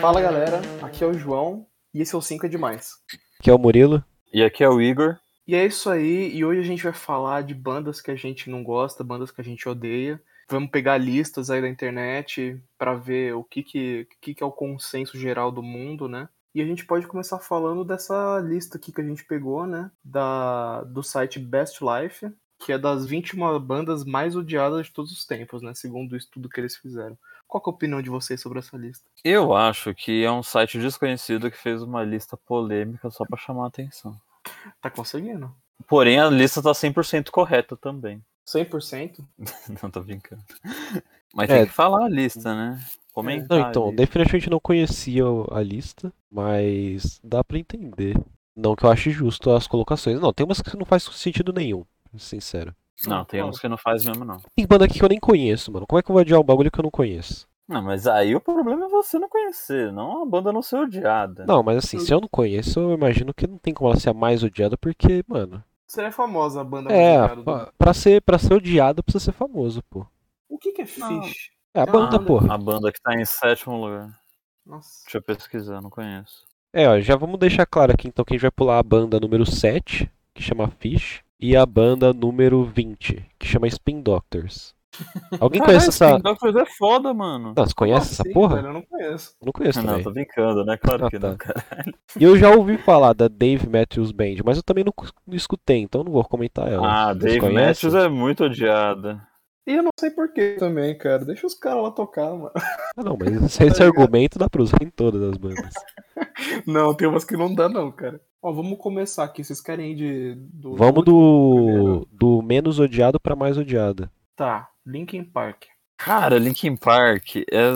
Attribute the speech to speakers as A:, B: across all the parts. A: Fala galera, aqui é o João e esse é o 5 é demais.
B: Que é o Murilo.
C: E aqui é o Igor.
A: E é isso aí, e hoje a gente vai falar de bandas que a gente não gosta, bandas que a gente odeia. Vamos pegar listas aí da internet pra ver o que que, o que que é o consenso geral do mundo, né? E a gente pode começar falando dessa lista aqui que a gente pegou, né? Da, do site Best Life, que é das 21 bandas mais odiadas de todos os tempos, né? Segundo o estudo que eles fizeram. Qual que é a opinião de vocês sobre essa lista?
C: Eu acho que é um site desconhecido que fez uma lista polêmica só pra chamar a atenção.
A: Tá conseguindo?
C: Porém, a lista tá 100% correta também.
A: 100%?
C: Não, tô brincando. Mas tem
B: É.
C: que falar a lista, né? Comentar.
B: Não, então,
C: ali.
B: definitivamente não conhecia o- a lista, mas dá pra entender. Não que eu ache justo as colocações. Não, tem umas que não faz sentido nenhum, sincero.
C: Não, tem uns que não faz mesmo, não.
B: Tem banda aqui que eu nem conheço, mano. Como é que eu vou adiar um bagulho que eu não conheço?
C: Não, mas aí o problema é você não conhecer, não a banda não ser odiada.
B: Não, mas assim, se eu não conheço, eu imagino que não tem como ela ser a mais odiada, porque, mano.
A: Seria é famosa a banda mais
B: É,
A: odiada do mundo.
B: pra- pra ser, pra ser odiada precisa ser famoso, pô.
A: O que que é
C: Não.
A: Fish?
B: É a
A: Não,
B: banda,
A: não.
B: porra.
C: A banda que tá em sétimo lugar.
A: Nossa.
C: Deixa eu pesquisar, não conheço.
B: É, ó, já vamos deixar claro aqui então que a gente vai pular a banda número 7, que chama Fish, e a banda número 20, que chama Spin Doctors. Alguém conhece essa.
C: Spin Doctors é foda, mano.
B: Não, você conhece essa
A: Assim,
B: porra?
A: velho, eu não conheço.
B: Eu Não conheço
C: Não,
B: também.
C: tô brincando, né? Claro
B: Ah,
C: que
B: tá.
C: não, cara.
B: E eu já ouvi falar da Dave Matthews Band, mas eu também não, cu- não escutei, então não vou comentar ela.
C: Ah, Dave Matthews é muito odiada.
A: E eu não sei porquê também, cara. Deixa os caras lá tocar, mano.
B: Ah, não, mas
C: Tá
B: esse, esse argumento dá pra usar em todas as bandas.
A: Não, tem umas que não dá, não, cara. Ó, vamos começar aqui. Vocês querem ir de. Do...
B: Vamos
C: tá
B: do, do menos odiado pra mais odiada.
A: Tá, Linkin Park.
C: Cara, Linkin Park é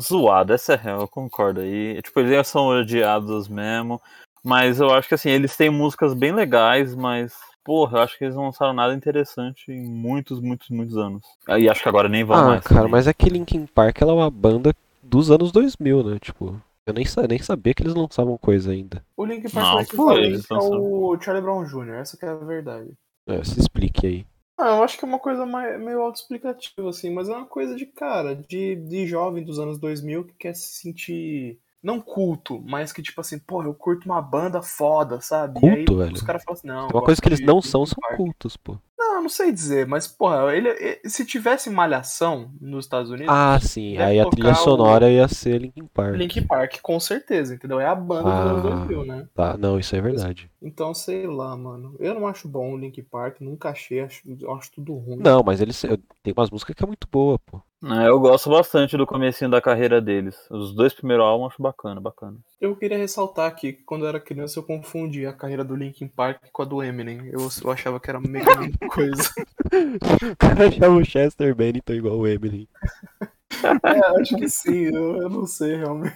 C: zoado, essa é real, eu concordo aí. Tipo, eles são odiados mesmo, mas eu acho que assim, eles têm músicas bem legais, mas porra, eu acho que eles não lançaram nada interessante em muitos, muitos, muitos anos. E acho que agora nem vão
B: ah,
C: mais.
B: cara,
C: também.
B: mas é que Linkin Park ela é uma banda dos anos 2000, né? Tipo, eu nem, sa- nem sabia que eles lançavam coisa ainda.
A: O Linkin Park
C: Não,
A: é
C: pô, eles
A: equivalente
C: não são-
A: ao Charlie Brown Jr., essa que é a verdade.
B: É, se explique aí.
A: Ah, eu acho que é uma coisa mais, meio autoexplicativa, assim, mas é uma coisa de cara, de, de jovem dos anos 2000 que quer se sentir. Não culto, mas que tipo assim, pô, eu curto uma banda foda, sabe? e aí
B: Culto, velho? Tipo,
A: os caras falam assim, não. eu
B: Uma
A: gosto
B: coisa que eles
A: de
B: não são
A: Linkin
B: são
A: Park.
B: cultos, pô.
A: Não, não sei dizer, mas, porra, ele, ele- se tivesse malhação nos Estados Unidos,
B: Ah, sim.
A: Deve
B: Aí a trilha
A: tocar o-
B: sonora ia ser Linkin Park.
A: Linkin Park, com certeza, entendeu? É a banda
B: Ah.
A: dos anos 2000, né?
B: Tá, não, isso é verdade.
A: Então, sei lá, mano. Eu não acho bom o Linkin Park, nunca achei, acho, eu acho tudo ruim.
B: Não, mas eles tem umas músicas que é muito boa, pô.
C: É, Eu gosto bastante do comecinho da carreira deles. Os dois primeiros álbuns eu acho bacana, bacana.
A: Eu queria ressaltar aqui que quando eu era criança eu confundia a carreira do Linkin Park com a do Eminem. Eu, eu achava que era meio que a mesma coisa.
B: O cara chama o Chester Bennington igual o Eminem.
A: É, acho que sim, eu, eu não sei realmente.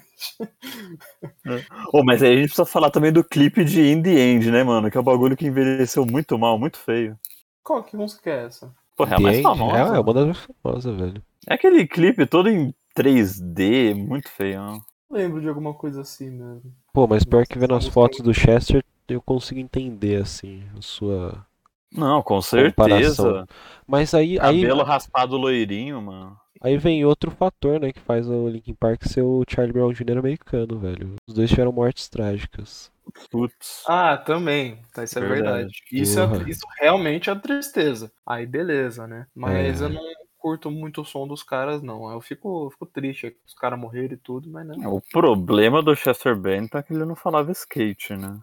C: Oh, mas aí a gente precisa falar também do clipe de In The End, né, mano? Que é um bagulho que envelheceu muito mal, muito feio.
A: Qual que música é essa?
C: Porra, é a mais
B: Tem, é,
C: famosa.
B: é uma das mais famosas, velho.
C: É aquele clipe todo em 3D, muito feião.
A: Lembro de alguma coisa assim mesmo.
B: Pô, mas pior que
A: Nossa,
B: vendo as
A: essa
B: fotos do Chester, eu consigo entender, assim, a sua.
C: Não, com
B: Comparação.
C: certeza.
B: Mas aí, aí,
C: Cabelo raspado loirinho, mano.
B: aí vem outro fator, né, que faz o Linkin Park ser o Charlie Brown Jr. americano, velho. Os dois tiveram mortes trágicas.
C: Putz.
A: Ah, também. Tá, isso é verdade.
C: Verdade.
A: Isso, é-
B: Porra.
A: isso realmente é tristeza. Aí beleza, né? Mas
B: É.
A: eu não curto muito o som dos caras, não. Eu fico, eu fico triste que os caras morreram e tudo, mas
B: Ah.
A: não. é
C: O problema do Chester Bennington é que ele não falava skate, né?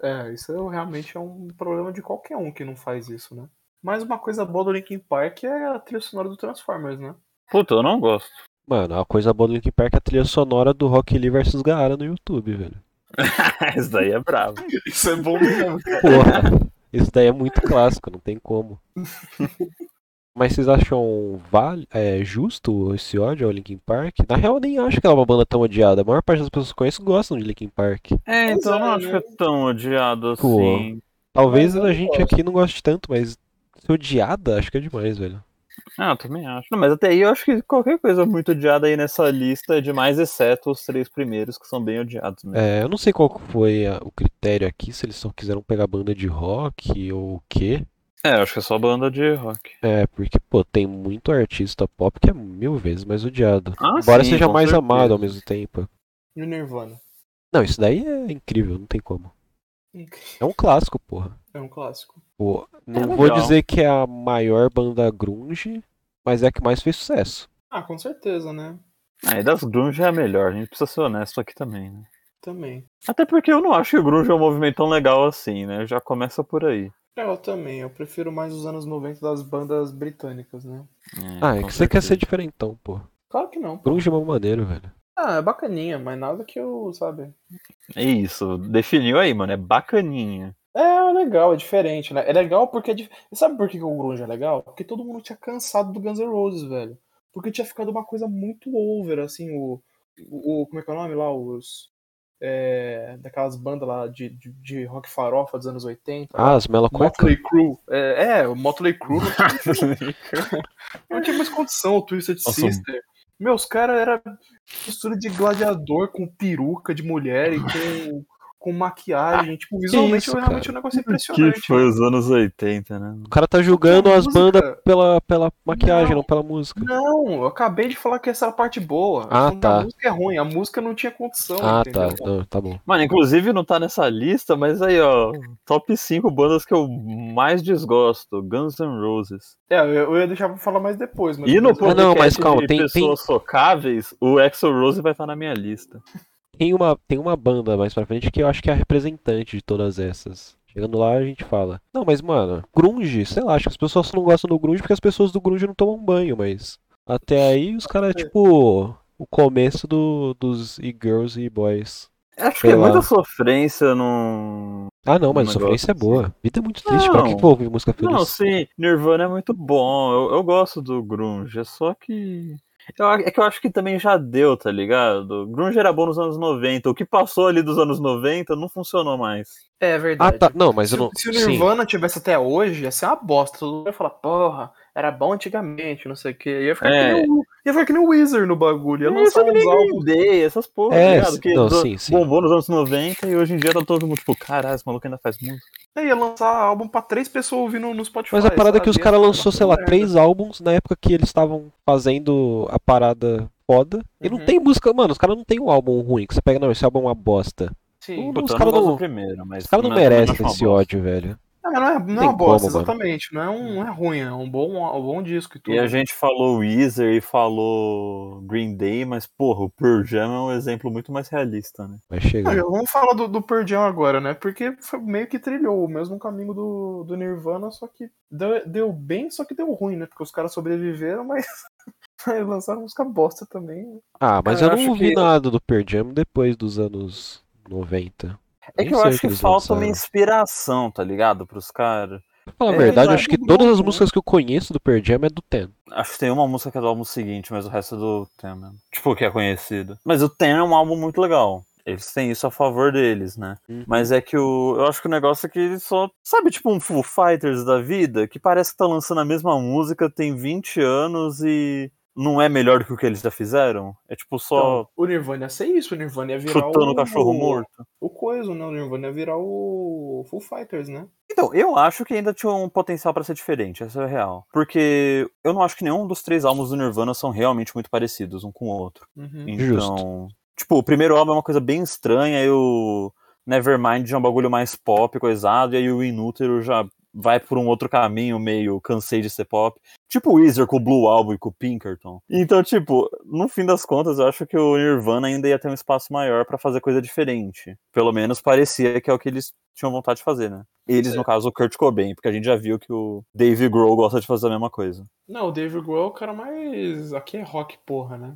A: É, isso é- realmente é um problema de qualquer um que não faz isso, né? Mas uma coisa boa do Linkin Park é a trilha sonora do Transformers, né?
C: Puta, eu não gosto.
B: Mano, a coisa boa do Linkin Park é a trilha sonora do Rock Lee vs Gaara no YouTube, velho.
C: Isso daí é brabo.
A: Isso é bom mesmo.
B: Porra, isso daí é muito clássico, não tem como. Mas vocês acham vale, é, justo esse ódio ao Linkin Park? Na real, eu nem acho que ela é uma banda tão odiada. A maior parte das pessoas que eu conheço gostam de Linkin Park.
C: É,
A: Pois
C: então eu não
A: é,
C: acho que
A: né?
C: é tão odiado
B: Pô.
C: assim.
A: Mas
B: Talvez
A: eu
B: a
A: não
B: gente aqui não goste tanto, mas ser odiada, acho que é demais, velho.
C: Ah, eu também acho. Não, mas até aí eu acho que qualquer coisa muito odiada aí nessa lista é demais, exceto os três primeiros que são bem odiados mesmo.
B: É, eu não sei qual que foi a- o critério aqui, se eles só quiseram pegar banda de rock ou o quê.
C: É, eu acho que é só banda de rock.
B: É, porque, pô, tem muito artista pop que é mil vezes mais odiado.
C: Ah,
B: Embora
C: sim,
B: seja
C: com
B: mais
C: certeza.
B: amado ao mesmo tempo.
A: e o Nirvana.
B: Não, isso daí é incrível, não tem como. É um clássico, porra.
A: É um clássico.
B: Pô,
C: É
B: não vou
C: legal.
B: dizer que é a maior banda grunge, mas é a que mais fez sucesso.
A: Ah, com certeza, né?
C: Aí das grunge é a melhor, a gente precisa ser honesto aqui também, né?
A: Também.
C: Até porque eu não acho que o grunge é um movimento tão legal assim, né? Já começa por aí.
A: É, Eu também, eu prefiro mais os anos 90 das bandas britânicas, né?
B: Ah, é
C: com
B: que você quer
C: certeza.
B: ser diferentão, pô.
A: Claro que não.
B: Grunge é uma maneiro, velho.
A: Ah, é bacaninha, mas nada que eu, sabe?
C: É Isso, definiu aí, mano. É bacaninha.
A: É legal, é diferente, né? É legal porque é dif... Sabe por que que o grunge é legal? Porque todo mundo tinha cansado do Guns N' Roses, velho. Porque tinha ficado uma coisa muito over, assim, o... o o- como é que é o nome lá? Os... é, daquelas bandas lá de, de, de rock farofa dos anos 80.
B: Ah, as Mela Cueca?
A: Motley Crue. É, é, o Motley Crue não tinha, não tinha mais condição, o Twisted
C: Nossa,
A: Sister. Meu, os caras era mistura de gladiador com peruca de mulher e com, com maquiagem. Tipo, visualmente
B: isso,
A: realmente
B: cara?
A: um negócio
C: Que
A: impressionante.
C: foi os anos 80, né?
B: O cara tá julgando
A: Não,
B: as
A: música.
B: bandas pela, pela maquiagem,
A: Não.
B: não pela música.
A: Não, eu acabei de falar que essa é a parte boa. Eu
B: Ah,
A: falando da
B: tá.
A: música é ruim, a música não tinha condição,
B: Ah, tá.
A: entendeu?
B: Não, tá bom.
C: Mano, inclusive não tá nessa lista, mas aí, ó, top 5 bandas que eu mais desgosto: Guns N' Roses.
A: É, eu, eu ia deixar pra falar mais depois. Mas
C: E no
B: Ah,
A: depois-
C: podcast
B: não, mas calma,
C: de
B: tem-
C: pessoas socáveis, o Exo Rose vai estar na minha lista.
B: Tem uma, tem uma banda mais pra frente que eu acho que é a representante de todas essas. Chegando lá, a gente fala. Não, mas, mano, grunge, sei lá, acho que as pessoas só não gostam do grunge porque as pessoas do grunge não tomam banho, mas. Até aí, os
C: É.
B: caras, tipo, o começo do, dos e-girls e boys.
C: Acho
B: Sei
C: que é
B: lá.
C: muita sofrência num.
B: Ah, não, mas
C: Um
B: a sofrência é
C: negócio
B: boa. Vida é muito triste, pra
C: Não.
B: que que eu vou ouvir música feliz?
C: Não, sim, Nirvana é muito bom. Eu, eu gosto do Grunge, é só que. eu a- é que eu acho que também já deu, tá ligado? Grunge era bom nos anos 90. O que passou ali dos anos 90 não funcionou mais.
A: É
B: ah,
A: verdade.
B: tá. Não, mas
A: se,
B: eu não.
A: se o
B: sim.
A: Nirvana tivesse até hoje, ia ser uma bosta. Todo mundo ia falar, porra, era bom antigamente, não sei o quê. Ia ficar,
C: É.
A: que, nem o, ia ficar que nem o Weezer no bagulho. Ia
C: Eu não
A: lançar
C: sou que
A: uns álbuns.
C: ninguém Day, essas porra,
B: É,
C: tá ligado? Que
B: não,
C: do-
B: sim, sim.
C: bombou nos anos 90 e hoje em dia tá todo mundo tipo, caralho, esse maluco ainda faz música.
A: É, Ia lançar álbum pra três pessoas ouvindo no Spotify.
B: Mas a parada é que os
A: sabe?
B: caras
A: Ia
B: lançou,
A: falar,
B: sei lá,
A: merda.
B: três álbuns na época que eles estavam fazendo a parada foda. E não
A: Uhum.
B: tem música, mano, os caras não tem um álbum ruim que você pega, não, esse álbum é uma bosta.
A: Sim.
B: Puta,
C: Puta,
B: os
C: eu
B: cara
C: não gosto
B: não-
C: do primeiro, mas. é
B: Os caras não
C: mas eu
B: merecem
C: acho uma
B: esse
C: bosta.
B: ódio, velho.
A: Não, mas não é, não é
B: tem
A: uma bosta,
B: como, mano.
A: exatamente. Não é, um, não é ruim, é um bom, um bom disco e tudo.
C: E a gente falou Weezer e falou Green Day, mas porra, o Pearl Jam é um exemplo muito mais realista, né?
B: Vai
A: Ah,
B: chegar.
A: vamos falar do, do Pearl Jam agora, né? Porque foi meio que trilhou o mesmo caminho do, do Nirvana, só que deu, deu bem, só que deu ruim, né? Porque os caras sobreviveram, mas aí lançaram música bosta também.
B: Ah, mas
C: Cara, eu
B: eu não
C: acho
B: ouvi
C: que-
B: nada do Pearl Jam depois dos anos 90.
C: É
B: Nem
C: que eu
B: sei o
C: acho
B: que
C: que
B: eles
C: falta uma
B: lançaram.
C: inspiração, tá ligado? Pros caras.
B: Pra falar a
A: É,
B: verdade, eu
A: mas
B: acho
A: é
B: que
A: do
B: todas
A: grupo,
B: as
A: né?
B: músicas que eu conheço do Pearl Jam é do Ten.
C: Acho que tem uma música do álbum seguinte, mas o resto é do Tema. Tipo, que é conhecido. Mas o Tema é um álbum muito legal. Eles têm isso a favor deles, né?
B: Uhum.
C: Mas é que o. Eu acho que o negócio é que eles só. Sabe, tipo um Foo Fighters da vida? Que parece que tá lançando a mesma música, tem 20 anos e. Não é melhor do que o que eles já fizeram? É tipo só.
A: Então, o Nirvana ia ser isso, o Nirvana ia virar
C: chutando
A: o,
C: o cachorro morto.
A: o coisa, né? O Nirvana ia virar o Full Fighters, né?
C: Então, eu acho que ainda tinha um potencial pra ser diferente, essa é a real. Porque eu não acho que nenhum dos três álbuns do Nirvana são realmente muito parecidos um com o outro.
A: Uhum.
C: Então,
B: Justo.
C: tipo, o primeiro álbum é uma coisa bem estranha, e o Nevermind já é um bagulho mais pop, coisado, e aí o Inútero já vai por um outro caminho, meio cansei de ser pop. Tipo o Weezer com o Blue Album e com o Pinkerton. Então, tipo, no fim das contas, eu acho que o Nirvana ainda ia ter um espaço maior pra fazer coisa diferente. Pelo menos parecia que é o que eles tinham vontade de fazer, né? Eles, no caso, o Kurt Cobain, porque a gente já viu que o Dave Grohl gosta de fazer a mesma coisa.
A: Não, o Dave Grohl é o cara mais. Aqui é rock, porra, né?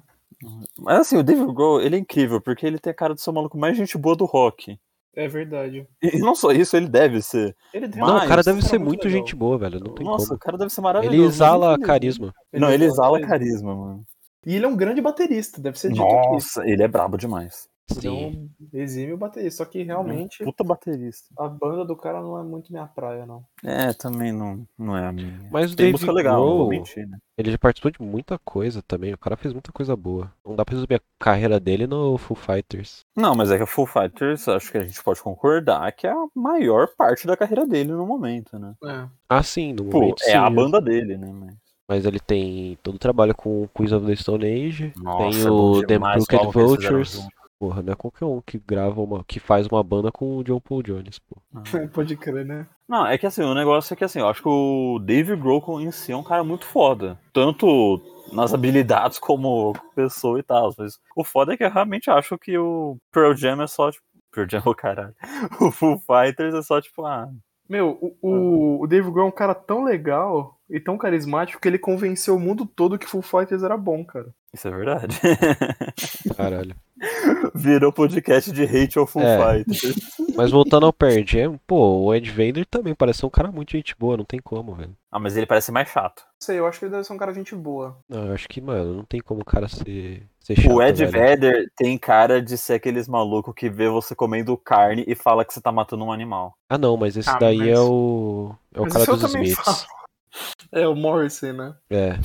C: Mas assim, o Dave Grohl, ele é incrível, porque ele tem a cara de ser o maluco mais gente boa do rock.
A: É verdade.
C: E não só isso, ele deve ser.
A: Ele tem-
B: Não, o
C: Mas-
B: cara deve ser
A: é
B: muito
A: legal.
B: gente boa, velho. Não tem
C: Nossa,
B: como.
C: o cara deve ser
B: Ele
C: maravilhoso. mas
B: exala
C: infelizmente-
B: carisma.
C: Não, ele exala
A: cara.
C: carisma, mano.
A: é né? E ele é um grande baterista, deve ser dito aqui.
C: Nossa, ele é brabo demais.
A: Ele é
B: Sim.
A: um exímio baterista, só que realmente
C: É um Puta baterista.
A: a banda do cara não é muito minha praia, não.
C: É, também não, não é a minha.
B: Mas o
C: Tem
B: Dave
C: música legal, não vou
B: Grohl,
C: mentir, né?
B: ele já participou de muita coisa também. O cara fez muita coisa boa. Não dá pra resumir a carreira dele no Foo Fighters.
C: Não, mas é que a Full Fighters, acho que a gente pode concordar que é a maior parte da carreira dele no momento, né?
A: É.
B: Ah, sim, no
C: Pô,
B: momento
C: é
B: sim,
C: a
B: né?
C: banda dele, né? Mas...
B: Mas ele tem todo o trabalho com o Queens of the Stone Age.
C: Nossa,
B: tem
C: é bom
B: o The
C: demais o
B: Crooked
C: álbum que eles fizeram
B: Vultures.
C: junto.
B: Porra, não é qualquer um que grava uma. que faz uma banda com o John Paul Jones, pô.
A: Pode crer, né?
C: Não, é que assim, o negócio é que assim, eu acho que o Dave Grohl em si é um cara muito foda. Tanto nas habilidades como pessoa e tal. Mas o foda é que eu realmente acho que o Pearl Jam é só, tipo. Pearl Jam, o caralho. O Foo Fighters é só, tipo, ah.
A: Meu, o, o, o Dave Grohl é um cara tão legal e tão carismático que ele convenceu o mundo todo que Full Fighters era bom, cara.
C: Isso é verdade.
B: Caralho.
C: Virou podcast de hate ao Full
B: É.
C: Fighters.
B: Mas voltando ao Pearl Jam, pô, o Ed Vander também parece um cara muito gente boa, não tem como, velho.
C: Ah, mas ele parece mais chato.
A: Não sei, eu acho que ele deve ser um cara gente boa.
B: Não, eu acho que, mano, não tem como o cara ser, ser chato,
C: o Ed
B: velho.
C: Vedder tem cara de ser aqueles malucos que vê você comendo carne e fala que você tá matando um animal.
B: Ah, não, mas esse
A: Ah,
B: daí é
A: mas-
B: o. É o
A: Mas
B: cara
A: isso eu
B: dos
A: também
B: Smiths.
A: falo. É, o Morrissey, né?
B: É.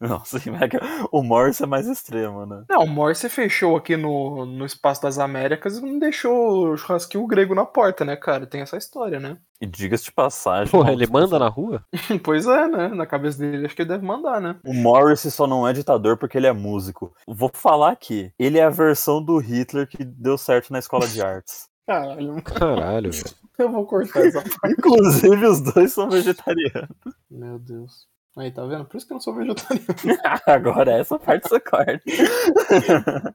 C: Nossa, como é que o Morris é mais extremo, né?
A: Não, o Morrissey fechou aqui no, no Espaço das Américas e não deixou o churrasquinho grego na porta, né, cara? Tem essa história, né?
C: E diga-se de passagem.
B: Porra,
C: nossa,
B: ele manda na rua?
A: Pois é, né? Na cabeça dele, acho que ele deve mandar, né?
C: O Morris só não é ditador porque ele é músico. Vou falar aqui. Ele é a versão do Hitler que deu certo na escola de artes.
A: Caralho,
B: Caralho, velho.
A: eu vou cortar essa
C: Inclusive, os dois são vegetarianos.
A: Meu Deus. Aí, tá vendo? Por isso que eu não sou vegetariano.
C: Agora essa parte você corta.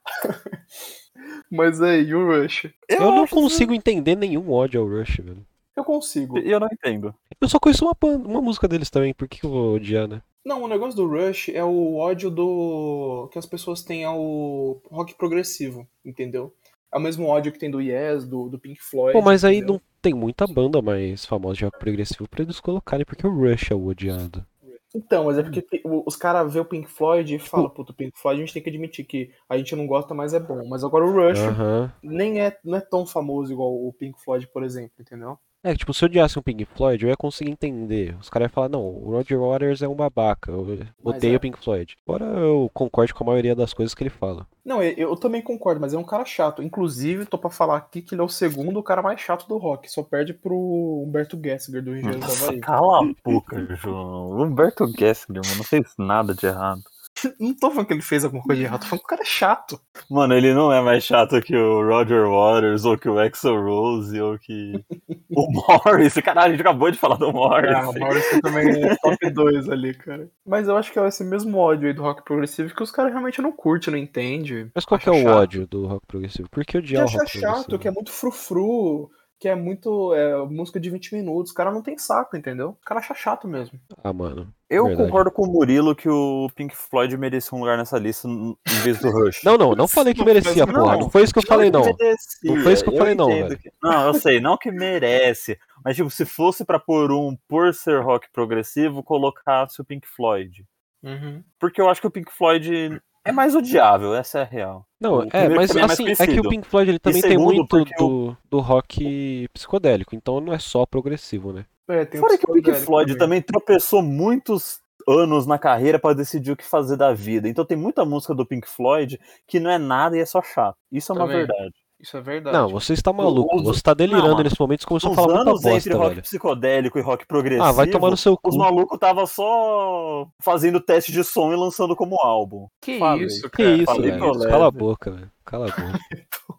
A: Mas aí, e o Rush?
B: Eu, não
C: acho
B: consigo entender nenhum ódio ao Rush, velho.
A: Eu consigo.
C: isso- Eu não entendo.
B: Eu só conheço uma, ban- uma música deles também, por que que eu vou odiar, né?
A: Não, o negócio do Rush é o ódio do que as pessoas têm ao rock progressivo, entendeu? É o mesmo ódio que tem do Yes, do, do Pink Floyd.
B: Pô, mas aí
A: entendeu?
B: não tem muita banda mais famosa de rock progressivo pra eles colocarem, porque o Rush é o odiado.
A: Então, mas é porque pi- o- os caras vê o Pink Floyd e falam, puto, o Pink Floyd a gente tem que admitir que a gente não gosta, mas é bom. Mas agora o Rush
B: Aham.
A: nem é, não é tão famoso igual o Pink Floyd, por exemplo, entendeu?
B: É, tipo, se eu odiasse um Pink Floyd, eu ia conseguir entender. Os caras iam falar, não, o Roger Waters é um babaca, eu
A: Mas
B: odeio
A: é.
B: o Pink Floyd. Agora eu concordo com a maioria das coisas que ele fala.
A: Não, eu, eu também concordo, mas é um cara chato. Inclusive, tô pra falar aqui que ele é o segundo cara mais chato do rock. Só perde pro Humberto Gessinger do Engenheiro do
C: Nossa,
A: Havaí.
C: cala a boca, João. O Humberto Gessinger, mano, não fez nada de errado.
A: Não tô falando que ele fez alguma coisa de errado, tô falando que o cara é chato.
C: Mano, ele não é mais chato que o Roger Waters, ou que o Axel Rose, ou que. o Morris. Caralho, a gente acabou de falar do Morris.
A: Ah, o Maurício também é top 2 ali, cara. Mas eu acho que é esse mesmo ódio aí do rock progressivo que os caras realmente não curtem, não entendem.
B: Mas qual que é
A: Acha
B: o
A: chato.
B: ódio do rock progressivo? Por que
A: Que
B: odiar o
A: acha
B: rock
A: chato, que é
B: progressivo?
A: muito frufru, que é muito é, música de 20 minutos. O cara não tem saco, entendeu? O cara acha chato mesmo.
B: Ah, mano.
C: Eu
B: Verdade.
C: concordo com o Murilo que o Pink Floyd merecia um lugar nessa lista n- em vez do Rush.
B: Não, não, não falei que
A: Não,
B: merecia,
A: não,
B: porra. Não foi isso que eu falei, não.
C: merecia,
B: Não foi isso que eu falei, não,
C: entendo
B: velho.
C: que- Não, eu sei, não que merece. Mas, tipo, se fosse pra pôr um por ser rock progressivo, colocasse o Pink Floyd.
A: Uhum.
C: Porque eu acho que o Pink Floyd é mais odiável, essa é a real. O
B: Não, é,
C: primeiro que
B: mas
C: também é mais
B: assim, é que
C: conhecido.
B: o Pink Floyd ele também tem
C: segundo,
B: muito
C: porque
B: do, do rock psicodélico, então não é só progressivo, né?
A: É, tem um
C: Fora que o Pink
A: psicodélico
C: Floyd também tropeçou muitos anos na carreira pra decidir o que fazer da vida. Então tem muita música do Pink Floyd que não é nada e é só chato. Isso é uma
A: Também.
C: verdade.
A: Isso é verdade.
B: Não, você está maluco,
C: os-
B: você está delirando
C: mano,
B: nesse momento, você começou a
C: Os
B: falar muita
C: anos
B: bosta,
C: entre rock
B: velho.
C: psicodélico e rock progressivo,
B: Ah, vai tomar no seu
C: os
B: cu.
C: malucos tava só fazendo teste de som e lançando como álbum.
A: que
C: falei.
A: isso,
B: Que
A: cara.
B: isso,
C: falei
B: velho?
C: pro
B: Cala a
C: Leve.
B: boca, velho. Cala a boca.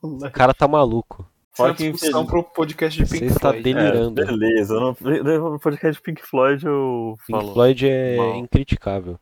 A: Isso
B: O cara tá maluco.
A: é uma
C: Rock
A: discussão
C: infeliz.
A: pro podcast de
B: Você tá
A: Pink
B: está
A: Floyd.
C: É,
B: delirando.
C: beleza, eu não- no podcast de Pink Floyd eu
B: Pink
C: falo.
B: Floyd é
C: Mal.
B: incriticável.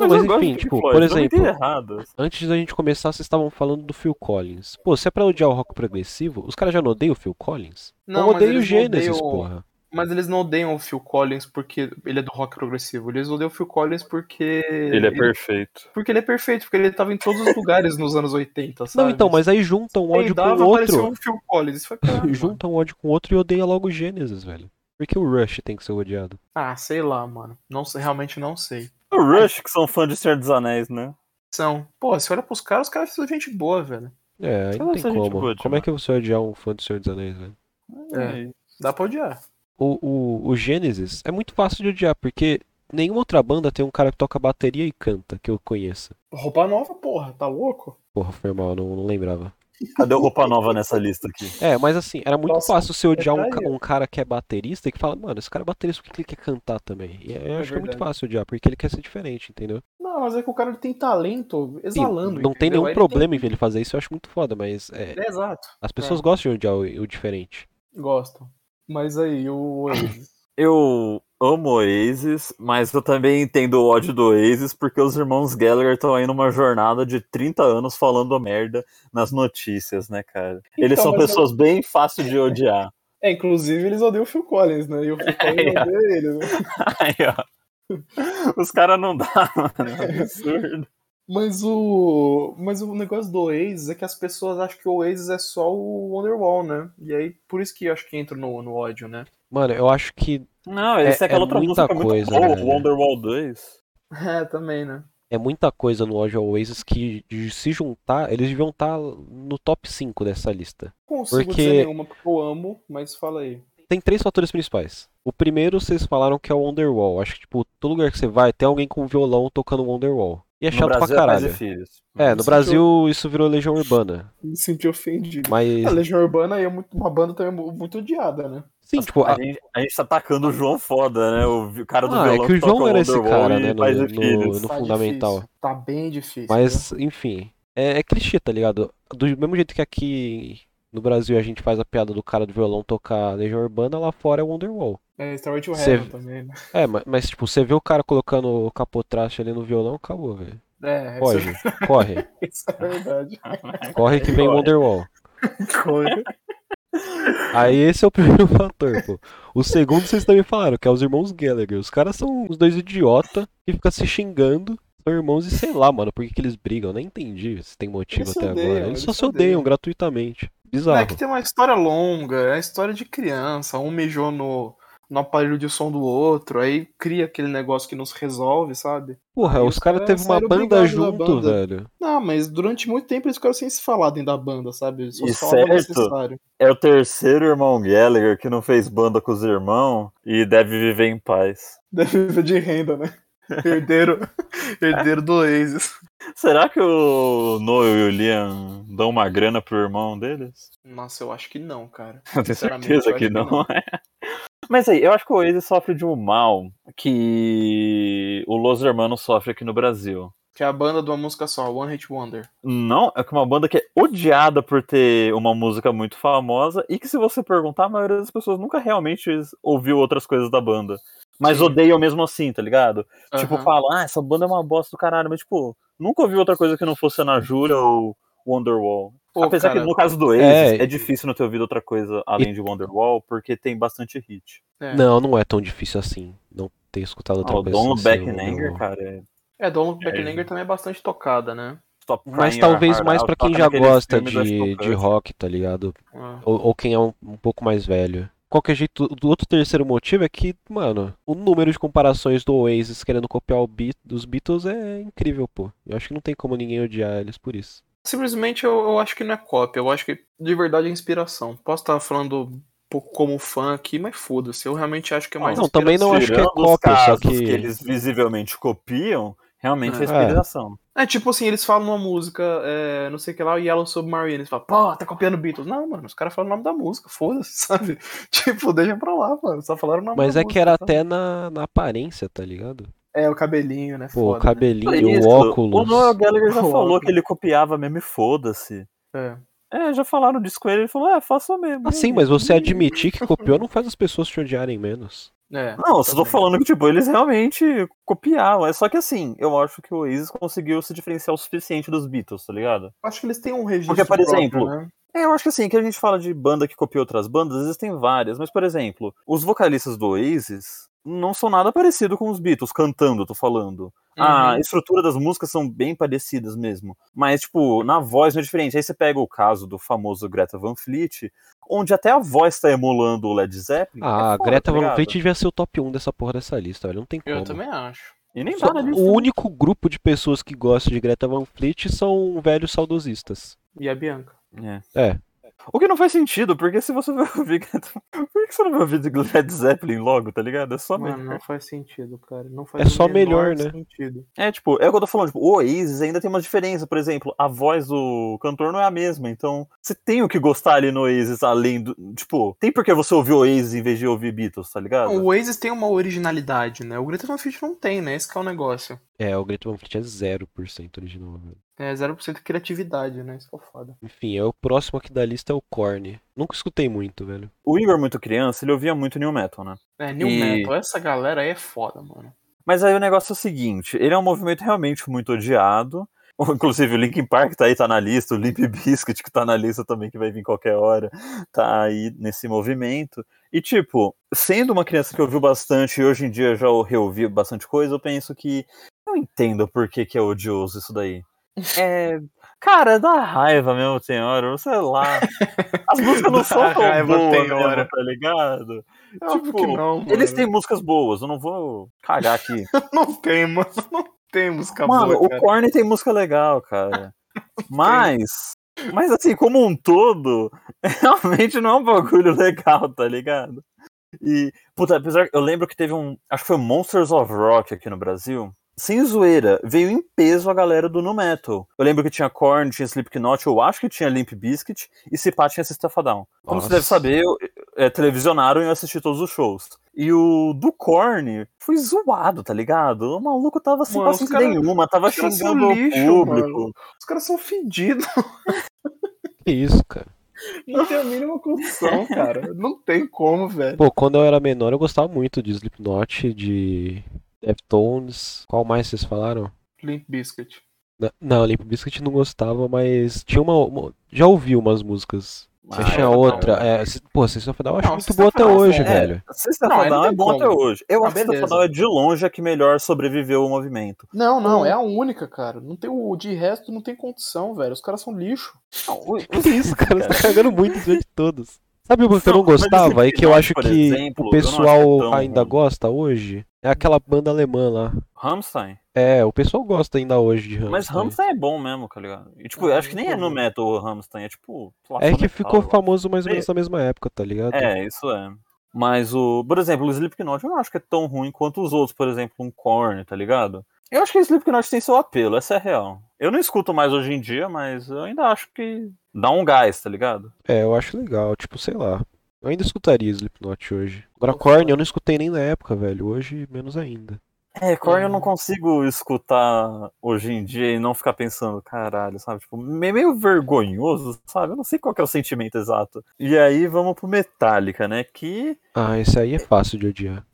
C: Mas,
B: Não,
C: eu
B: mas
C: gosto de
B: enfim,
C: Pink
B: tipo,
C: Floyd,
B: por
C: eu não entendo
B: exemplo,
C: errado. assim.
B: antes da gente começar, vocês estavam falando do Phil Collins. Pô, se é pra odiar o rock progressivo, os caras já não odeiam o Phil Collins?
A: Não,
B: eu
A: mas
B: odeio o
A: eles não
B: Gênesis,
A: odeiam-
B: porra.
A: É, Mas eles não odeiam o Phil Collins porque ele é do rock progressivo. Eles odeiam o Phil Collins porque.
C: Ele é perfeito.
A: Porque ele é perfeito, porque ele tava em todos os lugares nos anos 80, sabe?
B: Não, então, mas aí juntam um
A: Ele
B: ódio com
A: dava,
B: o
A: apareceu
B: outro.
A: o Phil Collins. Isso foi caralho, mano.
B: Juntam um ódio com o outro e odeia logo o Gênesis, velho. Por que o Rush tem que ser odiado?
A: Ah, sei lá, mano. Não sei, realmente não sei.
C: O Rush, que são fã de Senhor dos Anéis, né?
A: São. Pô, se olha pros caras, os caras são gente boa, velho.
B: É, aí
C: Sei
B: não
C: lá
B: tem
C: se a gente
B: como.
C: pode,
B: Como é
C: mano.
B: que você odiar um fã do Senhor dos Anéis, velho?
A: É. Dá pra odiar.
B: o, o, o Gênesis é muito fácil de odiar, porque nenhuma outra banda tem um cara que toca bateria e canta que eu conheça.
A: Roupa nova, porra, tá louco?
B: Porra, foi mal, não, não lembrava.
C: Cadê o Roupa Nova nessa lista aqui?
B: É, mas assim, era muito
A: Nossa,
B: fácil você odiar um,
A: verdade.
B: ca- um cara que é baterista e que fala, mano, esse cara é baterista, por que que ele quer cantar também? E eu acho que é muito
A: verdade.
B: fácil odiar, porque ele quer ser diferente, entendeu?
A: Não, mas é que o cara ele tem talento
B: Sim,
A: exalando.
B: não tem
A: entendeu?
B: nenhum
A: Ele
B: problema em ele fazer isso, eu acho muito foda, mas é,
A: É, exato.
B: as pessoas gostam de odiar o, o diferente.
A: Gostam. Mas aí, o Oasis.
C: Eu amo Oasis, mas eu também entendo o ódio do Oasis porque os irmãos Gallagher estão aí numa jornada de 30 anos falando merda nas notícias, né, cara? Eles
A: Então,
C: são
A: mas eu-
C: pessoas bem fáceis de odiar.
A: É, inclusive eles odeiam o Phil Collins, né? E o Phil Collins
C: É.
A: odeia eles, né?
C: Aí, ó. Os caras não dá, mano. É um absurdo.
A: Mas o, mas o negócio do Oasis é que as pessoas acham que o Oasis é só o Wonderwall, né? E aí, por isso que eu acho que entra no, no ódio, né?
B: Mano, eu acho que
C: Não, eles
B: É-
C: têm aquela
B: é
C: outra
B: muita
C: música
B: coisa,
C: muito boa,
B: velho.
C: o Wonderwall 2.
A: É, também, né?
B: é muita coisa no ódio ao Oasis que de se juntar, eles deviam estar no top 5 dessa lista.
A: Consigo
B: Porque-
A: dizer nenhuma, porque eu amo, mas fala aí.
B: Tem três fatores principais. O primeiro, vocês falaram que é o Wonderwall. Acho que, tipo, todo lugar que você vai, tem alguém com violão tocando Wonderwall. E é
C: No
B: chato pra
C: Brasil é Pais e
B: caralho.
C: Filhos.
B: É, no
A: Isso
B: Brasil isso virou Legião Urbana.
A: Me senti ofendido.
B: Mas,
A: A Legião Urbana aí é muito- uma banda também mu- muito odiada, né?
B: sim, tipo, a-
C: A gente, a gente tá atacando o João foda, né? O vi- cara do
B: Ah,
C: violão
B: é que o João
C: toca
B: era esse
C: Wonderwall
B: cara,
C: e
B: né, no-
C: Pais e
B: no-
C: Filhos.
B: no
A: Tá
B: fundamental.
A: difícil, Tá bem difícil. viu?
B: Mas, enfim. É, é clichê, tá ligado? Do mesmo jeito que aqui no Brasil a gente faz a piada do cara do violão tocar Legião Urbana, lá fora é Wonderwall.
A: É, Starway to
B: Cê-
A: Heaven também, né?
B: É, ma- mas, tipo, você vê o cara colocando o capotraste ali no violão, acabou, velho.
A: É,
B: Foge, corre.
A: isso é verdade.
B: Corre que vem
C: Corre.
B: Wonderwall.
A: Corre.
B: Aí esse é o primeiro fator, pô. O segundo vocês também falaram, que é os irmãos Gallagher. Os caras são os dois idiota que ficam se xingando. São irmãos e sei lá, mano, por que, que eles brigam. Eu nem entendi se tem motivo
A: Eles se
B: até
A: odeiam,
B: agora. Eles
A: eles
B: só
A: se
B: se odeiam
A: odeiam.
B: gratuitamente.
A: É
B: Bizarro.
A: que tem uma história longa, é a história de criança, um mijou no, no aparelho de som do outro, aí cria aquele negócio que nos resolve, sabe? Aí
B: Porra, os
A: é, os
B: caras
A: caras
B: teve uma
A: saíram
B: banda
A: brigados da
B: junto,
A: banda.
B: velho.
A: Não, mas durante muito tempo eles ficaram sem se falar dentro da banda, sabe? Eles Só
C: E
A: se falavam o
C: certo.
A: necessário.
C: É o terceiro irmão Gallagher que não fez banda com os irmãos e deve viver em paz.
A: Deve viver de renda, né? Herdeiro, herdeiro do Oasis.
C: Será que o Noel e o Liam dão uma grana pro irmão deles?
A: Nossa, eu acho que não, cara.
C: Eu tenho
A: Sinceramente,
C: certeza
A: eu acho
C: que
A: que
C: não. é.
A: não.
C: Mas aí, eu acho que o Oasis sofre de um mal que o Los Hermanos sofre aqui no Brasil.
A: Que é a banda de uma música só, One Hit Wonder.
C: Não, é que uma banda que é odiada por ter uma música muito famosa e que, se você perguntar, a maioria das pessoas nunca realmente ouviu outras coisas da banda. Mas
A: Sim.
C: odeiam mesmo assim, tá ligado? Tipo,
A: Aham.
C: fala, ah, essa banda é uma bosta do caralho, mas, tipo, nunca ouvi outra coisa que não fosse Ana Júlia ou Wonderwall.
A: Pô,
C: Apesar
A: cara,
C: que no caso do Oasis,
B: É,
C: é, difícil não ter ouvido outra coisa além de Wonderwall, porque tem bastante hit.
A: é.
B: Não, não é tão difícil assim. Não ter escutado outra
C: Ah, o
B: coisa. sem
C: Don
B: ser
C: Beckenanger,
B: Wonderwall.
C: cara, é
A: É, Don't Look Back in Anger também é bastante tocada, né?
C: top ah,
B: Mas talvez mais pra quem já gosta de, de rock, tá ligado?
A: Ah.
B: Ou, ou quem é um, um pouco mais velho. Qualquer jeito, o outro terceiro motivo é que, mano, o número de comparações do Oasis querendo copiar o Beat, dos Beatles é incrível, pô. Eu acho que não tem como ninguém odiar eles por isso.
A: Simplesmente eu, eu acho que não é cópia, eu acho que de verdade é inspiração. Posso estar falando um pouco como fã aqui, mas foda-se, eu realmente acho que é mais
B: Não, também
A: inspiração.
B: não acho que é
C: Tirando os
B: cópia, só
C: casos
B: que-
C: eles visivelmente copiam, realmente é,
A: É.
C: inspiração.
A: É tipo assim, eles falam uma música, é, não sei o que lá, o Yellow Submarine, eles falam, pô, tá copiando Beatles. Não, mano, os caras falam o nome da música, foda-se, sabe? Tipo, deixa pra lá, mano, só falaram o nome
B: Mas
A: da
B: é que
A: música,
B: era
A: sabe?
B: até na, na aparência, tá ligado?
A: É, o cabelinho, né,
B: Pô, o
A: foda, né?
B: cabelinho,
C: Isso,
B: o óculos.
C: O Noel Gallagher já
A: O
C: falou
A: óculos.
C: que ele copiava mesmo e foda-se.
A: É.
C: É, já falaram disso com ele, ele falou, é, faça mesmo.
B: Ah, sim, mas você admitir que copiou não faz as pessoas te odiarem menos.
A: É,
C: Não, eu só tô
A: também.
C: falando que, tipo, eles realmente copiavam. É só que assim, eu acho que o Oasis conseguiu se diferenciar o suficiente dos Beatles, tá ligado?
A: Acho que eles têm um registro
C: Porque, por
A: próprio,
C: exemplo,
A: né?
C: É, eu acho que assim, que a gente fala de banda que copia outras bandas, existem várias, mas, por exemplo, os vocalistas do Oasis não são nada parecido com os Beatles, cantando, eu tô falando. A
A: Uhum.
C: estrutura das músicas são bem parecidas mesmo. Mas, tipo, na voz não é diferente. Aí você pega o caso do famoso Greta Van Fleet, onde até a voz tá emulando o Led Zeppelin.
B: Ah,
C: é foda,
B: Greta
C: tá
B: Van
C: ligado?
B: Fleet devia ser o top 1 dessa porra dessa lista, velho. Não tem como.
A: Eu também acho.
C: E nem
B: Só-
C: nada disso. né?
B: o único grupo de pessoas que gosta de Greta Van Fleet são velhos saudosistas.
A: E a Bianca.
C: É.
B: É.
C: O que não faz sentido, porque se você vai ouvir Greta. Por que você não vai ouvir Led Zeppelin logo, tá ligado? É só
A: Mano,
C: melhor.
A: não faz sentido, cara. Não faz
B: É só
A: o menor
B: melhor, né?
A: sentido.
C: É, tipo, é o que eu tô falando, tipo, o Oasis ainda tem uma diferença, por exemplo, a voz do cantor não é a mesma, então você tem o que gostar ali no Oasis, além do, tipo, tem por que você ouvir Oasis em vez de ouvir Beatles, tá ligado?
A: Não, o Oasis tem uma originalidade, né? O Greta Van Fleet não tem, né? Esse que é o negócio.
B: É, o Greta Van Fleet é 0% original. velho.
A: É 0% criatividade, né? Isso que é o foda.
B: Enfim, é o próximo aqui da lista é o Korn. Nunca escutei muito, velho.
C: O Igor, muito criança, ele ouvia muito New Metal, né?
A: É, New
C: E-
A: Metal, essa galera aí é foda, mano.
C: Mas aí o negócio é o seguinte, ele é um movimento realmente muito odiado. Inclusive o Linkin Park tá aí, tá na lista, o Limp Bizkit que tá na lista também, que vai vir qualquer hora, tá aí nesse movimento. E tipo, sendo uma criança que ouviu bastante e hoje em dia já reouvi bastante coisa, eu penso que eu entendo por que, que é odioso isso daí. É. Cara, dá raiva mesmo, tem hora, sei lá. As músicas não
A: Dá
C: são tão
A: raiva,
C: boas
A: tem
C: mesmo,
A: hora.
C: tá ligado?
A: Tipo que não, mano.
C: Eles têm músicas boas, eu não vou cagar aqui.
A: Não tem, mano. Não tem música
C: Mano,
A: boa,
C: o
A: cara.
C: Korn tem música legal, cara. Mas, mas assim, como um todo, realmente não é um bagulho legal, tá ligado? E, puta, apesar, eu lembro que teve um, acho que foi Monsters of Rock aqui no Brasil. Sem zoeira, veio em peso a galera do Nu Metal. Eu lembro que tinha Korn, tinha Slipknot, eu acho que tinha Limp Bizkit, e se pá, tinha System of a Down. Como você
B: Nossa.
C: deve saber, eu, é, televisionaram e eu assisti todos os shows. E o do Korn foi zoado, tá ligado? O maluco tava sem
A: Mano, os
C: paciência
A: cara-
C: nenhuma, tava
A: os caras são
C: xingando
A: lixo,
C: o público.
A: Os caras são fedidos.
B: Que isso, cara.
A: Não tem a mínima condição, cara. Não tem como, velho.
B: Pô, quando eu era menor eu gostava muito de Slipknot, de Deftones. Qual mais vocês falaram?
A: Limp Biscuit.
B: Na- Não, Limp Bizkit não gostava, mas tinha uma. uma- já ouvi umas músicas.
C: Ah,
B: mas tinha
C: é,
B: outra. É, se- pô, Sessão Final eu acho
A: Não,
B: muito
A: System
B: boa
A: of a
B: até
A: Down,
B: hoje,
A: é.
B: velho.
C: System
A: Não,
C: of a
A: aí não
C: Down é
A: tem
C: bom até
A: como.
C: hoje. Eu
A: Ah,
C: acho que System of a
A: beleza.
C: Down é de longe a que melhor sobreviveu ao movimento.
A: Não, não, é a única, cara. Não tem o de resto, não tem condição, velho. Os caras são lixo.
B: Que isso, cara? Você tá cagando muito diante de todos. Sabe uma que eu não
C: Não, mas
B: gostava e que eu
C: Slipknot,
B: acho
C: por
B: que
C: exemplo,
B: o
C: eu não acho
B: pessoal
C: tão
B: ainda
C: ruim.
B: gosta hoje? É aquela banda alemã lá.
C: Rammstein.
B: É, o pessoal gosta ainda hoje de Rammstein.
C: Mas Rammstein é bom mesmo, tá ligado? E tipo,
A: Ah,
C: eu acho que nem é
A: nunca
C: no
A: vi.
C: metal o Rammstein, é tipo. sei lá,
B: É que
C: metal,
B: ficou
C: eu
B: famoso mais ou
C: É.
B: menos na mesma época, tá ligado?
C: É, isso é. Mas o. Por exemplo, o Slipknot eu não acho que é tão ruim quanto os outros, por exemplo, um Korn, tá ligado? Eu acho que o Slipknot tem seu apelo, essa é a real. Eu não escuto mais hoje em dia, mas eu ainda acho que dá um gás, tá ligado?
B: É, eu acho legal, tipo, sei lá. Eu ainda escutaria Slipknot hoje. Agora Korn eu não escutei nem na época, velho. Hoje, menos ainda.
C: É, Korn eu
A: Hum.
C: não consigo escutar hoje em dia e não ficar pensando, caralho, sabe? Tipo, me- meio vergonhoso, sabe? Eu não sei qual que é o sentimento exato. E aí vamos pro Metallica, né? Que
B: Ah, esse aí é fácil de odiar.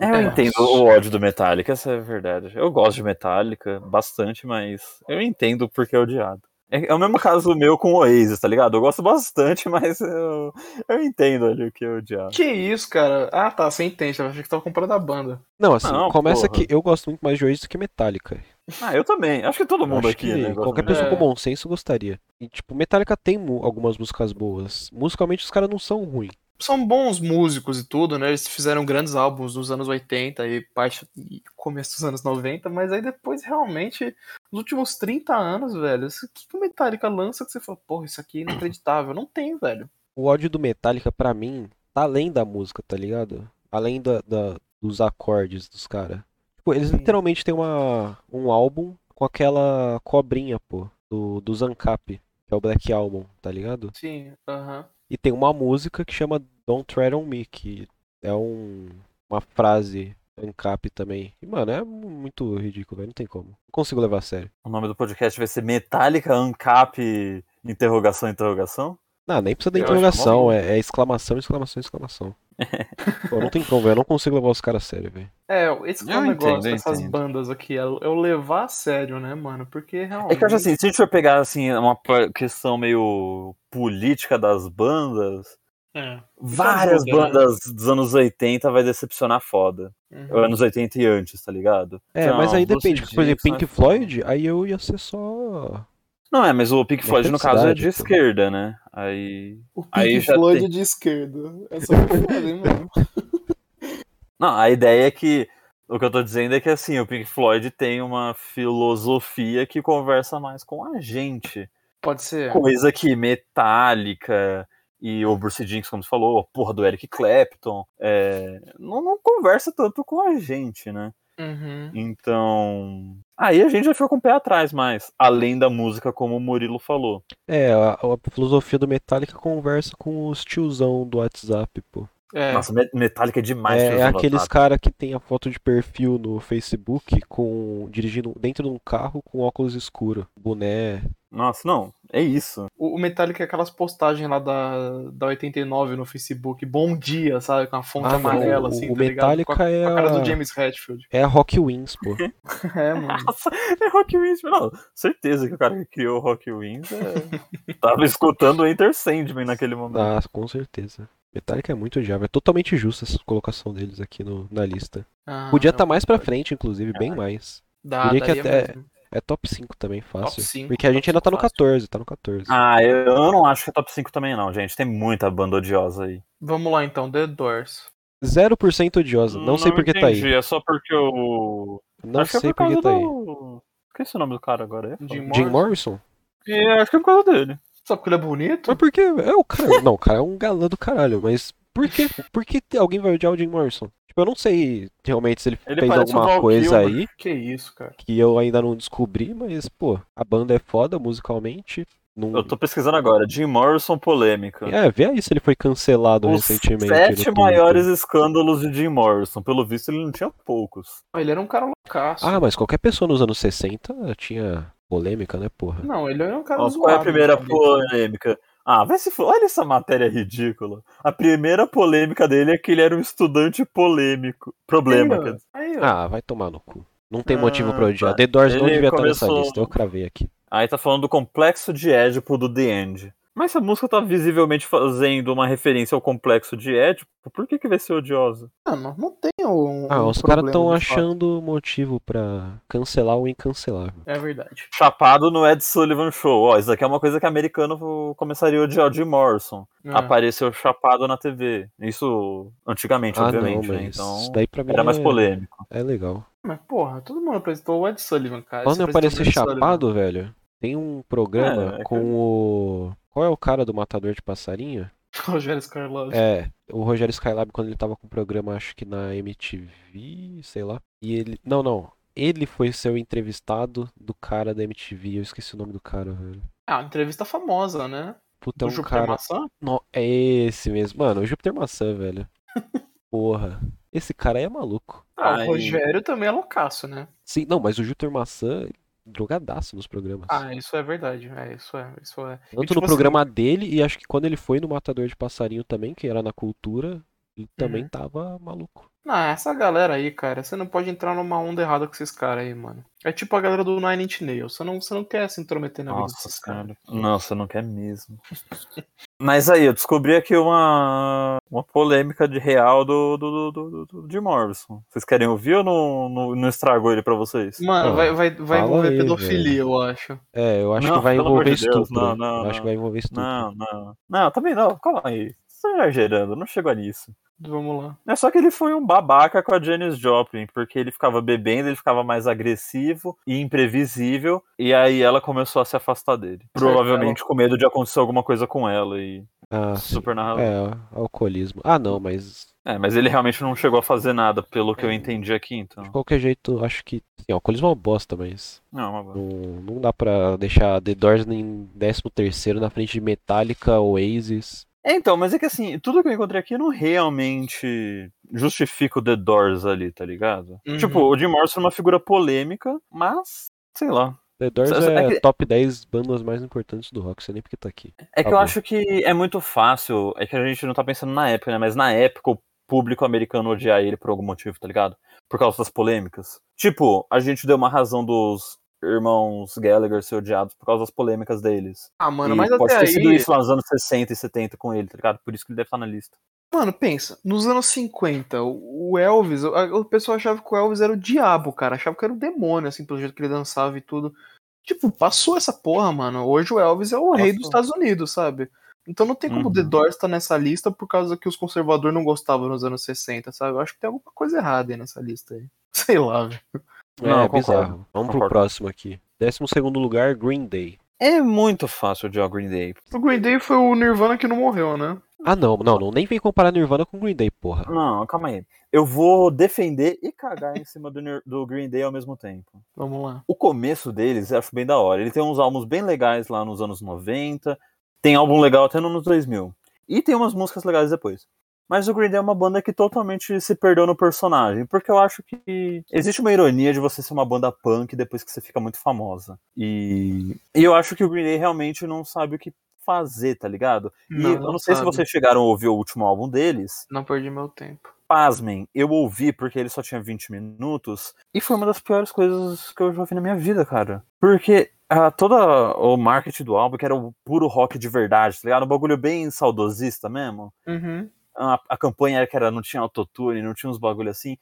C: É, eu
A: Nossa.
C: entendo o ódio do Metallica, essa é a verdade. Eu gosto de Metallica bastante, mas eu entendo porque é odiado. É, é o mesmo caso meu com o Oasis, tá ligado? Eu gosto bastante, mas eu, eu entendo ali o que é odiado.
A: Que isso, cara? Ah, tá, você entende. Eu achei que tava comprando a banda.
B: Não, assim,
C: Não,
B: começa
C: porra.
B: que eu gosto muito mais de Oasis do que Metallica.
C: Ah, eu também. Acho que todo
B: Eu
C: mundo
B: acho
C: aqui,
B: que
C: né? gosta
B: qualquer
C: de
B: pessoa
A: Metallica.
B: com bom senso gostaria. E, tipo, Metallica tem mu- algumas músicas boas. Musicalmente os caras não são ruins.
A: São bons músicos e tudo, né? Eles fizeram grandes álbuns nos anos 80 e parte e começo dos anos 90, mas aí depois realmente, nos últimos 30 anos, velho, isso- o que que o Metallica lança que você fala, porra, isso aqui é inacreditável? Não tem, velho.
B: O ódio do Metallica, pra mim, tá além da música, tá ligado? Além da, da- dos acordes dos caras. Tipo, eles
A: Sim.
B: literalmente têm uma, um álbum com aquela cobrinha, pô, do, do Zancap, que é o Black Album, tá ligado?
A: Sim, aham.
B: E tem uma música que chama Don't Tread on Me, que é um, uma frase Zancap também. E, mano, é muito ridículo, velho, não tem como. Não consigo levar a sério.
C: O nome do podcast vai ser Metallica Ancap interrogação, interrogação?
B: Não, nem precisa da
A: Eu acho que é
B: interrogação,
C: uma
B: é, é exclamação, exclamação, exclamação. Pô, não tem como, velho, eu não consigo levar os caras a sério, velho.
A: É, esse que é
C: Eu
A: o negócio
C: entendo, eu
A: dessas
C: entendo.
A: bandas aqui, é eu levar a sério, né, mano? Porque realmente.
C: É que eu acho assim, se a gente for pegar assim, uma pa- questão meio política das bandas,
A: É.
C: várias
A: ajuda, né?
C: bandas dos anos 80 vai decepcionar foda.
A: Uhum.
C: anos 80 e antes, tá ligado?
B: É, mas
C: Então,
B: aí
C: Bruce
B: depende, porque, por exemplo,
C: Dickinson
B: Pink
C: é foda.
B: Floyd, aí eu ia ser só.
C: Não, é, mas o Pink
B: Não
C: Floyd,
B: tem
C: no caso, é de
B: cidade, pô.
C: esquerda, né? Aí.
A: O
C: Aí
A: Pink
C: já
A: Floyd
C: tem.
A: de esquerda. é Essa foi foda, hein, mano?
C: Não, a ideia é que. O que eu tô dizendo é que assim, o Pink Floyd tem uma filosofia que conversa mais com a gente.
B: É.
A: Pode ser.
C: Coisa que metálica e o Bruce Jinx, como você falou, a porra do Eric Clapton, é, não, não conversa tanto com a gente, né?
A: Uhum.
C: Então. Aí a gente já ficou com o pé atrás, mas além da música, como o Murilo falou.
B: É, a, a filosofia do Metallica conversa com os tiozão do WhatsApp, pô.
A: É.
C: Nossa, Me- Metallica é demais.
B: é,
C: Fios
B: é
C: do
B: aqueles
C: Notado.
B: cara que tem a foto de perfil no Facebook com dirigindo dentro de um carro com óculos escuro, boné.
C: Nossa, não, é isso.
A: O o Metallica é aquelas postagens lá da, da 89 no Facebook, bom dia, sabe? Com a fonte
B: Ah, não,
A: amarela,
B: o-
A: assim,
B: o
A: tá ligado? Com a,
B: Metallica é
A: com a cara
B: a-
A: do James Hetfield.
B: É a Rock Wins, pô.
A: É, mano.
C: Nossa, é Rock Wins, não. Certeza que o cara que criou o Rock Wins é... tava escutando o Enter Sandman naquele momento.
B: ah, com certeza. Metallica é muito odiável. É totalmente justa essa colocação deles aqui no- na lista.
A: Ah,
B: Podia
A: não,
B: estar mais pra frente, inclusive, bem mais.
A: Dá,
B: diria que
A: daria
B: até-
A: mesmo.
B: É top 5 também, fácil.
A: cinco,
B: Porque a
A: top
B: gente ainda tá no
A: cinco
B: 14, tá no 14.
C: Ah, eu, eu não acho que é top 5 também, não, gente. Tem muita banda odiosa aí.
A: Vamos lá então, The Doors.
B: 0% odiosa. Não, sei por que tá aí.
C: É só porque o.
B: Não
C: acho que
B: sei
C: é por
B: por
C: causa
B: que tá aí.
C: do. Esqueci o nome do cara agora. eu ia falar.
A: Jim Morrison.
B: Jim Morrison?
C: É, acho que é por causa dele.
A: Só porque ele é bonito?
B: Mas por que? É o cara. Não, o cara é um galã do caralho, mas por que? Por que te- alguém vai odiar o Jim Morrison? Tipo, eu não sei realmente se ele,
C: Ele
B: fez
C: parece um o
B: alguma
C: Val
B: coisa
C: Kilmer.
B: aí
A: Que isso, cara.
B: que eu ainda não descobri, mas, pô, a banda é foda musicalmente. Não...
C: Eu tô pesquisando agora. Jim Morrison polêmica.
B: É, vê aí se ele foi cancelado
C: Os
B: recentemente. um no
C: sete
B: Twitter.
C: maiores escândalos de Jim Morrison. Pelo visto, ele não tinha poucos.
A: Ah, Ele era um cara loucaço.
B: Ah, mas qualquer pessoa nos anos 60 tinha polêmica, né, porra?
A: Não, ele era um cara
C: Ó,
A: zoado.
C: qual é a primeira
A: né?
C: polêmica? Ah, vai se for. Olha essa matéria ridícula. A primeira polêmica dele é que ele era um estudante polêmico. Problema,
A: Aí, ó.
C: quer dizer.
A: Aí, ó.
B: Ah, vai tomar no cu. Não tem
C: Ah,
B: motivo pra odiar.
C: tá.
B: The Doors não
C: Ele
B: devia estar
C: começou-
B: nessa lista, eu cravei aqui.
C: Aí tá falando do complexo de Édipo do The End. Mas se a música tá visivelmente fazendo uma referência ao complexo de Édipo, por que, que vai ser odiosa?
A: Mano, não tem um.
B: Ah,
A: um
B: os caras
A: problema,
B: estão
A: de fato.
B: achando motivo pra cancelar o incancelável.
A: É verdade.
C: Chapado no Ed Sullivan Show. Ó, isso aqui é uma coisa que americano começaria a odiar o Jim Morrison.
A: É.
C: Apareceu chapado na TV. Isso antigamente,
B: Ah, não,
C: obviamente. né?
B: mas isso
C: Então,
B: daí pra mim
C: era mais
B: é-
C: polêmico.
B: é legal.
A: Mas, porra, todo mundo apresentou o Ed Sullivan, cara.
B: Quando
A: Você
B: eu apareci
A: apresentou o Ed Sullivan.
B: chapado, velho, tem um programa
C: É, é
B: com
C: que-
B: o... Qual é o cara do Matador de Passarinho?
A: Rogério Scarlatti.
B: É, o Rogério Skylab, quando ele tava com o programa, acho que na MTV, sei lá. E ele... Não, não. Ele foi seu entrevistado do cara da MTV. Eu esqueci o nome do cara, velho.
A: Ah, uma entrevista famosa, né?
B: Puta, é
C: Então,
A: do
B: um
A: Júpiter
B: cara...
A: Maçã?
B: No, é esse mesmo. Mano, o Júpiter Maçã, velho. Porra. Esse cara aí é maluco.
A: Ah,
C: Ai.
A: o Rogério também é loucaço, né?
B: Sim, não, mas o Júpiter Maçã, drogadaço nos programas.
A: Ah, isso é verdade. É, isso é, isso é.
B: Tanto
A: tipo
C: assim,
B: no programa dele e acho que quando ele foi no Matador de Passarinho também, que era na cultura, ele
C: Uhum.
B: também tava maluco.
A: Ah, essa galera aí, cara, você não pode entrar numa onda errada com esses caras aí, mano. É tipo a galera do Nine Inch Nails. Você não, você não quer se intrometer na vida
C: Nossa,
A: desses caras.
C: cara. Nossa, não quer mesmo. Mas aí, eu descobri aqui uma, uma polêmica de real do, do, do, do, do- de Morrison. Vocês querem ouvir ou não, não, não estragou ele pra vocês?
A: Mano,
B: Ah,
A: vai, vai, vai
B: fala
A: envolver
B: aí,
A: pedofilia, eu acho.
B: É, eu acho
C: Não,
B: que vai
C: pelo amor
B: envolver
C: de Deus,
B: estupro. né?
C: não, não,
B: eu acho
C: não.
B: que vai envolver estupro.
C: Não, não. Não, também não. Calma aí. Você tá exagerando, não chegou nisso.
A: Vamos lá.
C: É só que ele foi um babaca com a Janis Joplin, porque ele ficava bebendo, ele ficava mais agressivo e imprevisível, e aí ela começou a se afastar dele. Provavelmente com medo de acontecer alguma coisa com ela e
B: Ah, sim.
C: super na razão.
B: É, alcoolismo. Ah, não, mas
C: É, mas ele realmente não chegou a fazer nada, pelo que eu entendi aqui, então.
B: de qualquer jeito, acho que. Sim, alcoolismo é uma bosta, mas.
C: Não, é uma boa.
B: Não, não dá pra deixar The Doors em 13 na frente de Metallica, Oasis.
C: É, então, mas é que assim, tudo que eu encontrei aqui não realmente justifica o The Doors ali, tá ligado?
A: Uhum.
C: Tipo, o Jim Morrison é uma figura polêmica, mas, sei lá.
B: The Doors
C: Cê- cê-
B: é,
C: é que-
B: top 10 bandas mais importantes do rock, sei nem porque tá aqui.
C: É que eu
B: Acabou.
C: acho que é muito fácil. É que a gente não tá pensando na época, né? Mas na época o público americano odiar ele por algum motivo, tá ligado? Por causa das polêmicas. Tipo, a gente deu uma razão dos irmãos Gallagher ser odiados por causa das polêmicas deles.
A: Ah, mano,
C: E
A: mas
C: pode
A: até
C: ter sido
A: aí.
C: isso lá nos anos 60 e 70 com ele, tá ligado? Por isso que ele deve estar na lista.
A: Mano, pensa, nos anos 50, o o Elvis, o a- o pessoal achava que o Elvis era o diabo, cara. Achava que era o demônio, assim, pelo jeito que ele dançava e tudo. Tipo, passou essa porra, mano. Hoje o Elvis é o rei dos
C: Passou.
A: Estados Unidos, sabe? Então não tem como
C: Uhum.
A: The Doors tá nessa lista por causa que os conservadores não gostavam nos anos 60, sabe? Eu acho que tem alguma coisa errada aí nessa lista aí. Sei lá, velho.
C: Não,
B: é
C: concordo.
B: bizarro. Vamos pro
C: Concordo.
B: próximo aqui. Décimo segundo lugar, Green Day.
C: É muito fácil odiar o Green Day.
A: O Green Day foi o Nirvana que não morreu, né?
B: Ah, não, não, não, nem vem comparar Nirvana com Green Day, porra.
C: Não, calma aí. Eu vou defender e cagar em cima do, Nir- do Green Day ao mesmo tempo.
A: Vamos lá.
C: O começo deles eu acho bem da hora. Ele tem uns álbuns bem legais lá nos anos 90. Tem álbum legal até nos anos 2000. E tem umas músicas legais depois. Mas o Green Day é uma banda que totalmente se perdeu no personagem. Porque eu acho que existe uma ironia de você ser uma banda punk depois que você fica muito famosa. E, e eu acho que o Green Day realmente não sabe o que fazer, tá ligado? E eu não sei se
A: sabe.
C: vocês chegaram a ouvir o último álbum deles
A: Não perdi meu tempo.
C: pasmem, eu ouvi porque ele só tinha 20 minutos e foi uma das piores coisas que eu já ouvi na minha vida, cara. Porque ah, todo o marketing do álbum, que era o puro rock de verdade, tá ligado? Um bagulho bem saudosista mesmo.
A: Uhum.
C: A, a campanha era que era, não tinha autotune, não tinha uns bagulho assim.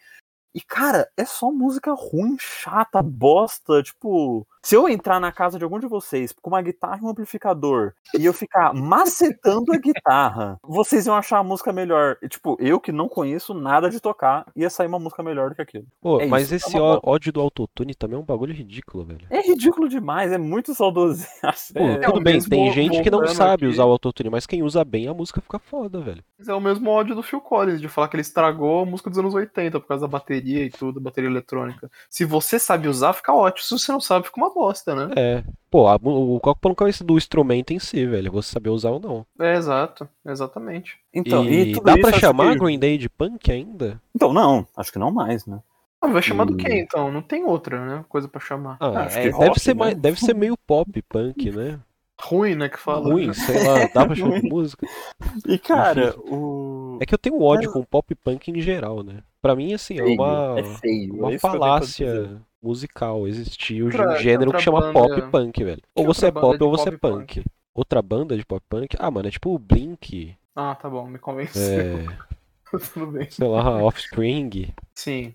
C: E, cara, é só música ruim, chata, bosta. Tipo, se eu entrar na casa de algum de vocês com uma guitarra e um amplificador e eu ficar macetando a guitarra, vocês iam achar a música melhor. E, tipo, eu que não conheço nada de tocar, ia sair uma música melhor do que aquilo.
B: Pô,
C: É
B: mas
C: isso, é
B: esse
C: uma
B: ó-
C: bosta.
B: ódio do autotune também é um bagulho ridículo, velho.
C: É ridículo demais, é muito saudosista.
B: Pô,
C: É,
B: tudo
A: o
B: bem,
A: mesmo
B: tem gente que não
A: voltando
B: sabe
A: aqui.
B: usar o autotune, mas quem usa bem a música fica foda, velho.
A: Mas é o mesmo ódio do Phil Collins, de falar que ele estragou a música dos anos 80 por causa da bateria e tudo, bateria eletrônica. Se você sabe usar, fica ótimo. Se você não sabe, fica uma bosta, né?
B: É. Pô, a, mu- o copo nunca vai ser do instrumento em si, velho. Você saber usar ou não.
A: É, exato. Exatamente.
C: Então,
B: e,
C: e, tudo
B: dá
C: isso,
B: pra
C: acho
B: chamar
C: que-
B: Green Day de punk ainda?
C: Então, não, acho que não mais, né?
A: Ah, vai chamar do
C: Hum.
A: quê, então? Não tem outra, né? Coisa pra chamar.
B: Ah,
C: acho
B: é,
C: que
B: deve,
C: rock,
B: ser
C: né?
B: mais, deve ser meio pop punk, né?
A: Ruim, né, que fala.
B: Ruim, sei lá, dá pra chamar de música.
C: E, cara, o.
B: É que eu tenho ódio com pop punk em geral, né? Pra mim, assim, é uma,
C: É feio.
B: uma
C: é isso que eu tenho pra dizer.
B: falácia musical existir um
A: Outra-
B: gênero que
A: outra
B: chama
A: banda-
B: pop punk, velho. Ou
A: outra
B: você é
A: banda
B: pop
A: de
B: ou você é
A: pop
B: punk. Outra banda de pop punk? Ah, mano, é tipo o Blink,
A: Ah, tá bom, me convenceu.
B: é,
A: Tudo bem.
B: sei lá, Offspring.
A: Sim.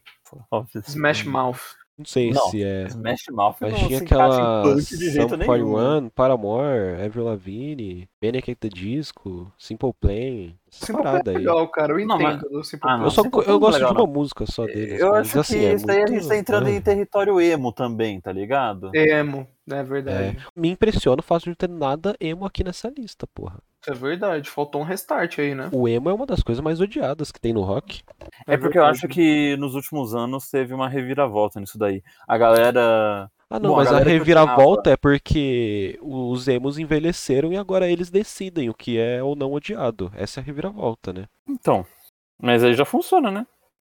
C: Office.
A: Smash
B: Hum.
A: Mouth.
B: Não sei
C: Não.
B: se é.
C: Smash Mouth
B: Mas
C: não
B: tinha
C: se encaixa
B: aquela
C: em punk de jeito
B: Sum
C: nenhum. né?
B: 41, Paramore, Avril Lavigne, Manic at the Disco, Simple Plan, essa
A: Simple Plan
B: parada
A: é
B: aí.
A: legal, cara. Eu
C: Não,
A: entendo
C: mas-
A: do Simple
C: Ah,
A: Plan.
B: Eu, só,
C: Simple Plan
B: eu
C: não é
B: gosto de
C: legal,
B: uma música só deles,
C: Eu
B: mas
C: acho
B: assim,
C: que
B: é
C: isso daí a
B: muito-
C: gente tá entrando
B: Ah.
C: em território emo também, tá ligado?
A: Emo, é verdade.
B: Me impressiona o fato de não ter nada emo aqui nessa lista, porra.
A: Isso é verdade. Faltou um restart aí, né?
B: O emo é uma das coisas mais odiadas que tem no rock.
C: É, porque eu
A: verdade.
C: acho que nos últimos anos teve uma reviravolta nisso daí. A galera.
B: Ah, não,
C: Bom, a
B: mas a,
C: galera que
B: reviravolta é porque os emos envelheceram e agora eles decidem o que é ou não odiado. Essa é a reviravolta, né?
C: Então. Mas aí já funciona, né?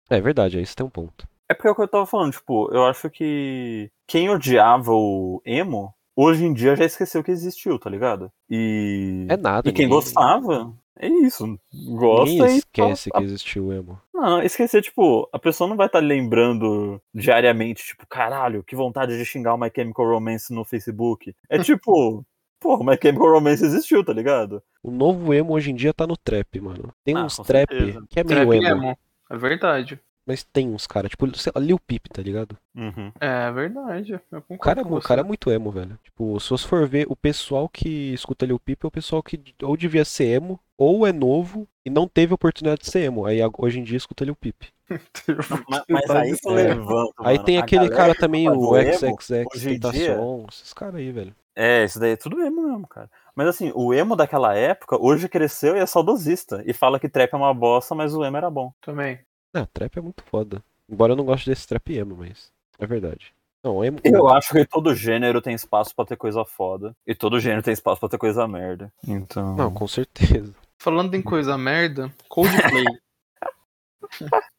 B: É verdade, aí você tem um ponto.
C: É porque é o que eu tava falando, tipo, eu acho que quem odiava o emo, hoje em dia já esqueceu que existiu, tá ligado? E.
B: É nada,
C: e quem
B: ninguém-
C: gostava, é isso. Gosta
B: Ninguém
C: e.
B: esquece que existiu o emo.
C: Não, esquecer, tipo, a pessoa não vai estar lembrando diariamente, tipo, caralho, que vontade de xingar o My Chemical Romance no Facebook. É tipo, pô, o My Chemical Romance existiu, tá ligado?
B: O novo emo hoje em dia tá no trap, mano. Tem
C: Ah,
B: uns
C: com
B: trap
C: certeza.
B: que é meio
A: Trap
B: emo,
A: emo. É verdade.
B: mas tem uns cara, tipo, sei lá, Lil Peep, tá ligado?
C: Uhum.
A: É verdade. Eu
B: O
A: concordo
B: cara, é
A: com
B: mu- o
A: você.
B: cara é muito emo, velho. Tipo, se você for ver, o pessoal que escuta Lil Peep é o pessoal que ou devia ser emo, ou é novo e não teve oportunidade de ser emo. Aí ag- hoje em dia escuta Lil Peep.
C: Mas, mas aí você
B: É.
C: levanta.
B: Aí
C: mano,
B: tem
C: a
B: aquele
C: galera
B: cara
C: que
B: também,
C: faz
B: o
C: emo,
B: XXX
C: hoje em dia-
B: Tentacion, esses caras aí, velho.
C: É, isso daí é tudo emo mesmo, cara. Mas assim, o emo daquela época hoje cresceu e é saudosista. E fala que trap é uma bosta, mas o emo era bom.
A: Também.
B: Ah, trap é muito foda. Embora eu não goste desse trap emo, mas é verdade. Não, emo...
C: Eu acho que todo gênero tem espaço pra ter coisa foda. E todo gênero tem espaço pra ter coisa merda. Então.
B: Não, com certeza.
A: Falando em coisa merda, Coldplay.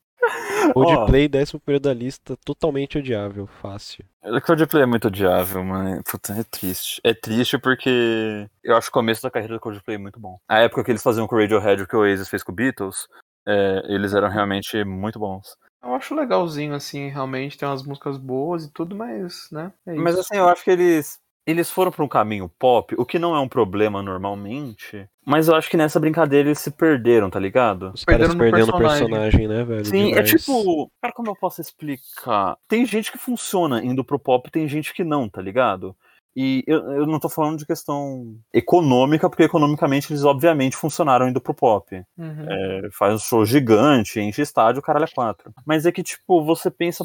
B: Coldplay, décimo primeiro da lista, totalmente odiável, fácil.
C: O Coldplay é muito odiável, mano. Puta, é triste. É triste porque eu acho o começo da carreira do Coldplay é muito bom. A época que eles faziam com o Radiohead, o que o Oasis fez com o Beatles, é, eles eram realmente muito bons.
A: Eu acho legalzinho, assim, realmente. Tem umas músicas boas e tudo, mas, né? É
C: Mas
A: isso.
C: assim, eu acho que eles eles foram pra um caminho pop, o que não é um problema normalmente. Mas eu acho que nessa brincadeira eles se perderam, tá ligado?
B: Os
A: Perderam
B: caras
A: no
B: perdendo o
A: personagem.
B: personagem, né, velho?
C: Sim, é
B: Demais.
C: tipo, cara, como eu posso explicar? Tem gente que funciona indo pro pop, tem gente que não, tá ligado? E eu, eu não tô falando de questão econômica, porque economicamente eles obviamente funcionaram indo pro pop.
A: Uhum.
C: É, faz um show gigante, enche estádio, o caralho é quatro. Mas é que, tipo, você pensa.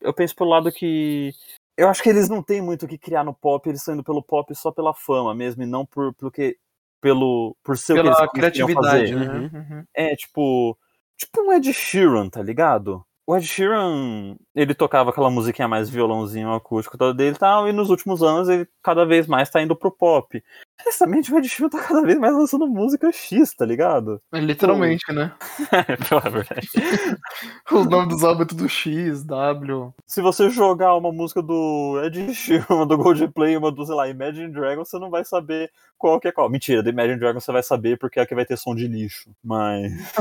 C: Eu penso pelo lado que Eu acho que eles não têm muito o que criar no pop, eles estão indo pelo pop só pela fama mesmo, e não por, pelo que. Pelo, por ser o que
A: Pela
C: eles conseguiam fazer.
A: criatividade, né?
B: Uhum.
A: Uhum.
C: É, tipo. Tipo um Ed Sheeran, tá ligado? O Ed Sheeran, ele tocava aquela musiquinha mais violãozinho acústico todo dele e tal, e nos últimos anos ele cada vez mais tá indo pro pop. Honestamente, o Ed Sheeran tá cada vez mais lançando música X, tá ligado?
A: É, Literalmente, né?
C: É, pela verdade.
A: O nome dos álbuns é tudo X, W.
C: Se você jogar uma música do Ed Sheeran, uma do Coldplay, uma do, sei lá, Imagine Dragons, você não vai saber qual que é qual. Mentira, do Imagine Dragons você vai saber porque é a que vai ter som de lixo. Mas,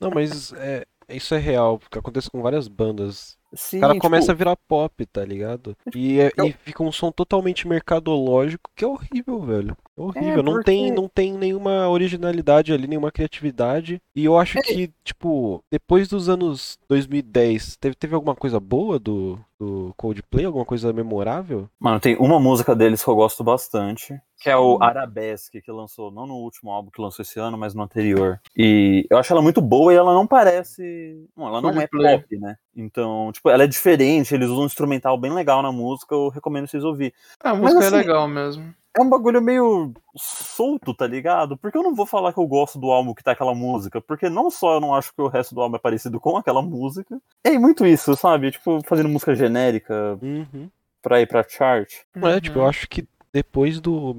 B: Não, mas é, isso é real, porque acontece com várias bandas.
C: sim,
B: O cara
C: tipo,
B: começa a virar pop, tá ligado? E, é-
C: eu-
B: e fica um som totalmente mercadológico, que é horrível, velho. É horrível. Não
C: porque-
B: tem, não tem nenhuma originalidade ali, nenhuma criatividade. E eu
C: É.
B: acho que, tipo, depois dos anos 2010, teve, teve alguma coisa boa do, do Coldplay? Alguma coisa memorável?
C: Mano, tem uma música deles que eu gosto bastante, que é o Arabesque, que lançou, não no último álbum que lançou esse ano, mas no anterior. E eu acho ela muito boa e ela não parece. Bom, ela não é
A: Coldplay.
C: pop, né? Então, tipo, ela é diferente, eles usam um instrumental bem legal na música, eu recomendo vocês ouvir.
A: Ah, a música
C: assim-
A: é legal mesmo.
C: É um bagulho meio solto, tá ligado? Porque eu não vou falar que eu gosto do álbum que tá aquela música, porque não só eu não acho que o resto do álbum é parecido com aquela música, é muito isso, sabe? Tipo, fazendo música genérica
B: Uhum.
C: pra ir pra chart.
B: É, tipo, eu
A: Uhum.
B: acho que depois do.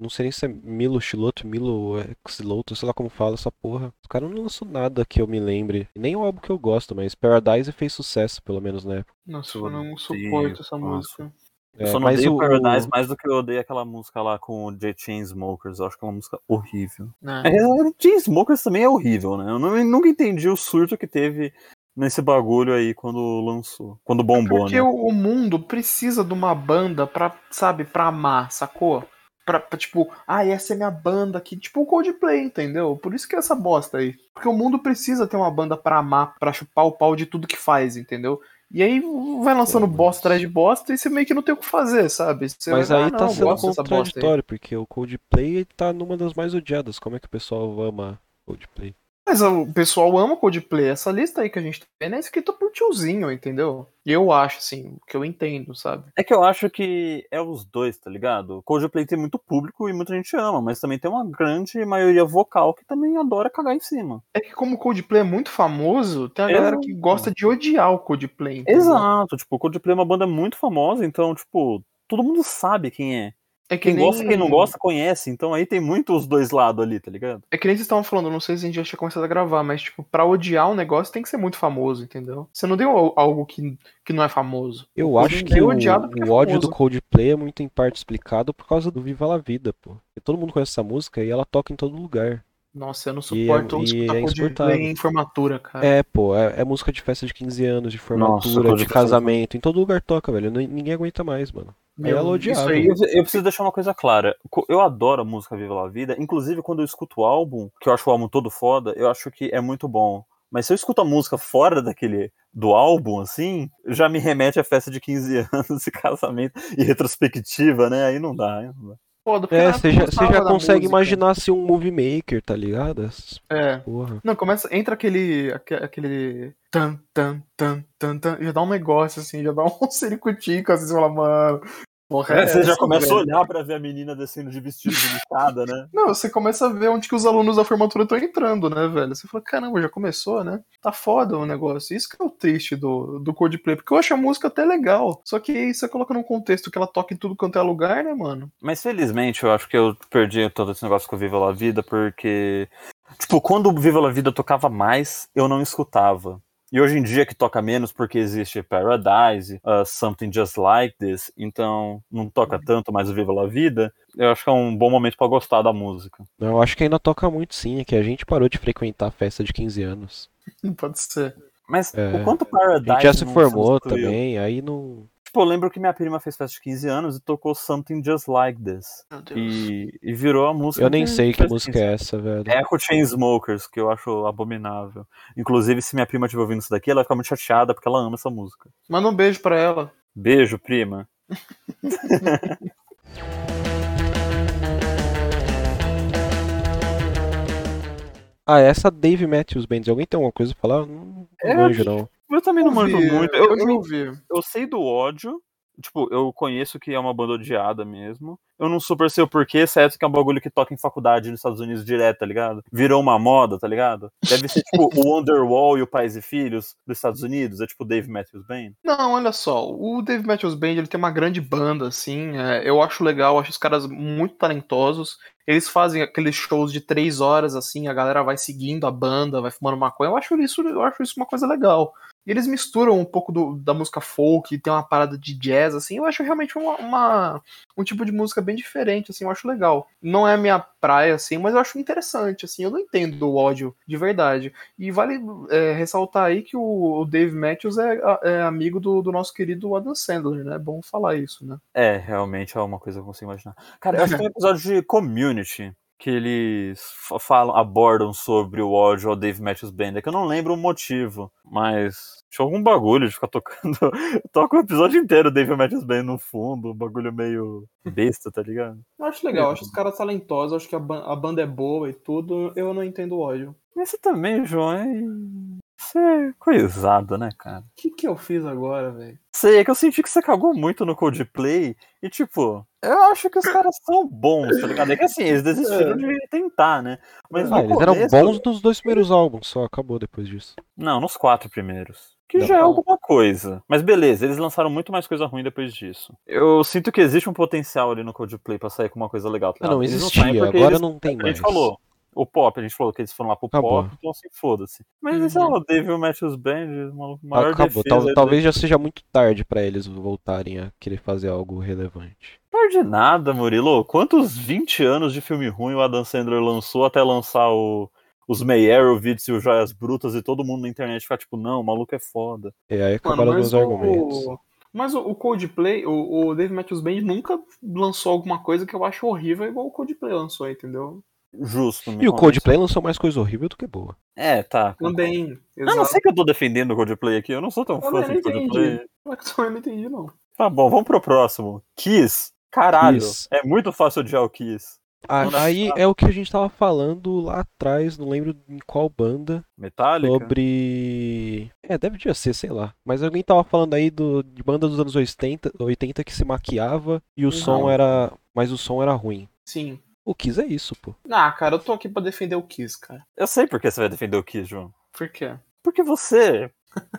B: Não sei nem se é Milo Xiloto, Milo Xiloto, sei lá como fala essa porra. Os caras não lançou nada que eu me lembre. Nem o álbum que eu gosto, mas Paradise fez sucesso, pelo menos na época.
A: Nossa,
C: Meu
A: eu não
C: Deus,
A: suporto essa
C: nossa.
A: música.
B: É,
C: Eu só não
B: mas
C: odeio
B: o-
C: Paradise mais do que eu odeio aquela música lá com o The Chainsmokers. Eu acho que é uma música horrível.
A: É.
C: É, o Chainsmokers também é horrível, né? Eu nu- nunca entendi o surto que teve nesse bagulho aí quando lançou. Quando bombou,
A: É Porque
C: né?
A: o, o mundo precisa de uma banda pra, sabe, pra amar, sacou? Pra, pra, tipo, ah, essa é minha banda aqui. Tipo o Coldplay, entendeu? Por isso que é essa bosta aí. Porque o mundo precisa ter uma banda pra amar, pra chupar o pau de tudo que faz, entendeu? E aí vai lançando
B: Pô, mas-
A: bosta atrás de bosta e você meio que não tem o que fazer, sabe? Você
B: Mas
A: vai,
B: aí
A: ah,
B: tá
A: não, eu
B: sendo
A: gosto dessa bosta aí.
B: contraditório, porque o Coldplay tá numa das mais odiadas. Como é que o pessoal ama Coldplay?
A: Mas o pessoal ama Coldplay. Essa lista aí que a gente tá vendo é escrita por tiozinho, entendeu? E eu acho, assim, que eu entendo, sabe?
C: É que eu acho que é os dois, tá ligado? Coldplay tem muito público e muita gente ama, mas também tem uma grande maioria vocal que também adora cagar em cima.
A: É que como o Coldplay é muito famoso, tem a
C: Eu-
A: galera que gosta de odiar o Coldplay. entendeu?
C: Exato, tipo, Coldplay é uma banda muito famosa, então, tipo, todo mundo sabe quem é.
A: É que
C: Quem
A: nem...
C: gosta e quem não gosta conhece, então aí tem muito os dois lados ali, tá ligado?
A: É que nem vocês estavam falando, não sei se a gente já tinha começado a gravar, mas, tipo, pra odiar um negócio tem que ser muito famoso, entendeu? Você não deu al- algo que, que não é famoso.
B: Eu
A: Coldplay
B: acho que
A: é
B: o,
A: odiado porque é
B: o ódio do
A: famoso.
B: Coldplay é muito em parte explicado por causa do Viva La Vida, pô. Porque todo mundo conhece essa música e ela toca em todo lugar.
A: Nossa, eu não
B: E é-
A: suporto
B: e
A: escutar
B: é
A: Coldplay
B: insuportável.
A: em formatura, cara.
B: É, pô, é, é música de festa de 15 anos, de
C: Nossa,
B: formatura,
C: coisa
B: de
C: de
B: casamento, em todo lugar toca, velho. N- Ninguém aguenta mais, mano.
A: Meu,
B: ela é odiável.
A: Isso aí
C: Eu, eu preciso deixar uma coisa clara. Co- Eu adoro a música Viva La Vida. Inclusive, quando eu escuto o álbum, que eu acho o álbum todo foda, eu acho que é muito bom. Mas se eu escuto a música fora daquele do álbum, assim, já me remete à festa de 15 anos e casamento e retrospectiva, né? Aí não dá. Aí não dá.
A: foda, porque
B: É,
A: eu
B: você já, você
A: gostava
B: já
A: da
B: consegue
A: música.
B: imaginar se um movie maker, tá ligado? Essas
A: É.
B: Porra.
A: Não, começa, entra aquele, aque- aquele tan, tan, tan, tan, tan, já dá um negócio assim, já dá um ciricutico, assim, você fala, mano, porra, é
C: É, você já
A: essa,
C: começa a
A: velho?
C: olhar pra ver a menina descendo de vestido de lixada, né?
A: Não, você começa a ver onde que os alunos da formatura estão entrando, né, velho? Você fala, caramba, já começou, né? Tá foda o negócio. Isso que é o triste do, do Coldplay, porque eu acho a música até legal. Só que aí você coloca num contexto que ela toca em tudo quanto é lugar, né, mano?
C: Mas felizmente eu acho que eu perdi todo esse negócio com o Viva La Vida, porque. Tipo, quando o Viva La Vida tocava mais, eu não escutava. E hoje em dia que toca menos, porque existe Paradise, uh, Something Just Like This, então não toca
B: Uhum.
C: tanto mais o Viva La Vida, eu acho que é um bom momento pra gostar da música.
B: Não, eu acho que ainda toca muito sim, é que a gente parou de frequentar a festa de 15 anos.
A: Não pode ser.
C: Mas
B: É,
C: o quanto
B: A
C: Paradise.
B: gente já se
C: não
B: formou
C: substituiu?
B: também, aí não.
C: Tipo, eu lembro que minha prima fez festa de 15 anos e tocou Something Just Like This.
A: Meu Deus.
C: E, e virou a música.
B: Eu nem
C: de
B: sei que
C: festa de
B: música
C: 15
B: é essa, velho.
C: É com Chainsmokers, que eu acho abominável. Inclusive, se minha prima estiver ouvindo isso daqui, ela fica muito chateada porque ela ama essa música.
A: Manda um beijo pra ela.
C: Beijo, prima.
B: Ah, essa Dave Matthews Band. Alguém tem alguma coisa pra falar? Não, não
A: É,
B: manjo, não.
C: Eu também não manjo
A: vi,
C: muito.
A: Eu,
C: Eu, eu,
A: não vi.
C: eu sei do ódio. Tipo, eu conheço que é uma banda odiada mesmo. Eu não super sei o porquê, exceto que é um bagulho que toca em faculdade nos Estados Unidos direto, tá ligado? Virou uma moda, tá ligado? Deve ser tipo o Underwall e o Pais e Filhos dos Estados Unidos. É tipo Dave Matthews Band.
A: Não, olha só, o Dave Matthews Band ele tem uma grande banda, assim, é, eu acho legal, acho os caras muito talentosos. Eles fazem aqueles shows de três horas, assim, a galera vai seguindo a banda, vai fumando maconha. Eu acho isso, eu acho isso uma coisa legal. E eles misturam um pouco do- da música folk, tem uma parada de jazz, assim, eu acho realmente uma, uma- um tipo de música bem diferente, assim, eu acho legal. Não é a minha praia, assim, mas eu acho interessante, assim, eu não entendo o ódio de verdade. E vale é, ressaltar aí que o, o Dave Matthews é, a- é amigo do, do nosso querido Adam Sandler, né? É bom falar isso, né?
C: É, realmente é uma coisa que eu consigo imaginar. Cara, eu acho que tem um episódio de Community que eles fa- falam, abordam sobre o ódio ao Dave Matthews Band. É que eu não lembro o motivo, mas tinha algum bagulho de ficar tocando. Toca o episódio inteiro o Dave Matthews Band no fundo, um bagulho meio besta, tá ligado?
A: Eu acho legal, eu acho os caras talentosos, eu acho que a, ban- a banda é boa e tudo, eu não entendo o ódio.
C: E você também, João, é... Você é coisado, né, cara?
A: O que que eu fiz agora, velho?
C: Sei, é que eu senti que você cagou muito no Coldplay e, tipo, eu acho que os caras são bons, tá ligado? É que assim, eles desistiram de tentar, né? Mas no
B: Ah, eles eram
C: começo-
B: bons nos dois primeiros álbuns, só acabou depois disso.
C: Não, nos quatro primeiros. Que
B: Não.
C: já é alguma coisa. Mas beleza, eles lançaram muito mais coisa ruim depois disso. Eu sinto que existe um potencial ali no Coldplay pra sair com uma coisa legal. Tá
B: Ah,
C: ligado?
B: não
C: Eles
B: existia,
C: saem porque
B: agora
C: eles-
B: não tem
C: A gente
B: mais.
C: falou. O pop, a gente falou que eles foram lá pro
B: Acabou. Uhum.
C: pop, então assim, foda-se. Mas esse é o David Matthews Band, o maluco maior
B: Acabou.
C: defesa né?
B: Tal-
C: aí
B: talvez já seja muito tarde pra eles voltarem a querer fazer algo relevante.
C: Perde nada, Murilo. Quantos 20 anos de filme ruim o Adam Sandler lançou até lançar o, os May Arrowvids e os Joias Brutas e todo mundo na internet ficar tipo, não, o maluco é foda.
B: E aí acabaram os meus argumentos.
A: o... Mas o, o Coldplay, o, o Dave Matthews Band nunca lançou alguma coisa que eu acho horrível igual o Coldplay lançou, entendeu?
C: Justo. me
B: E o
C: convence.
B: Coldplay lançou mais coisa horrível do que boa.
C: É, tá.
A: Também,
C: Eu não
A: exato.
C: sei que eu tô defendendo o Coldplay aqui, eu não sou tão
A: Eu
C: fã assim
A: Ah, não
C: do Coldplay.
A: entendi. Eu não entendi, não.
C: Tá bom, vamos pro próximo. Kiss. Caralho,
B: Kiss.
C: é muito fácil odiar o Kiss.
B: Ah,
C: Manda
B: aí
A: tá.
C: pra-
B: é o que a gente tava falando lá atrás, não lembro em qual banda,
C: Metallica?
B: sobre. É, deve já ser, sei lá. Mas alguém tava falando aí do, de banda dos anos 80, 80 que se maquiava e o
A: Uhum.
B: som era. Mas o som era ruim.
A: Sim.
B: O Kiss é isso, pô.
A: Ah, cara, eu tô aqui pra defender o Kiss, cara.
C: Eu sei por que você vai defender o Kiss, João.
A: Por quê?
C: Porque você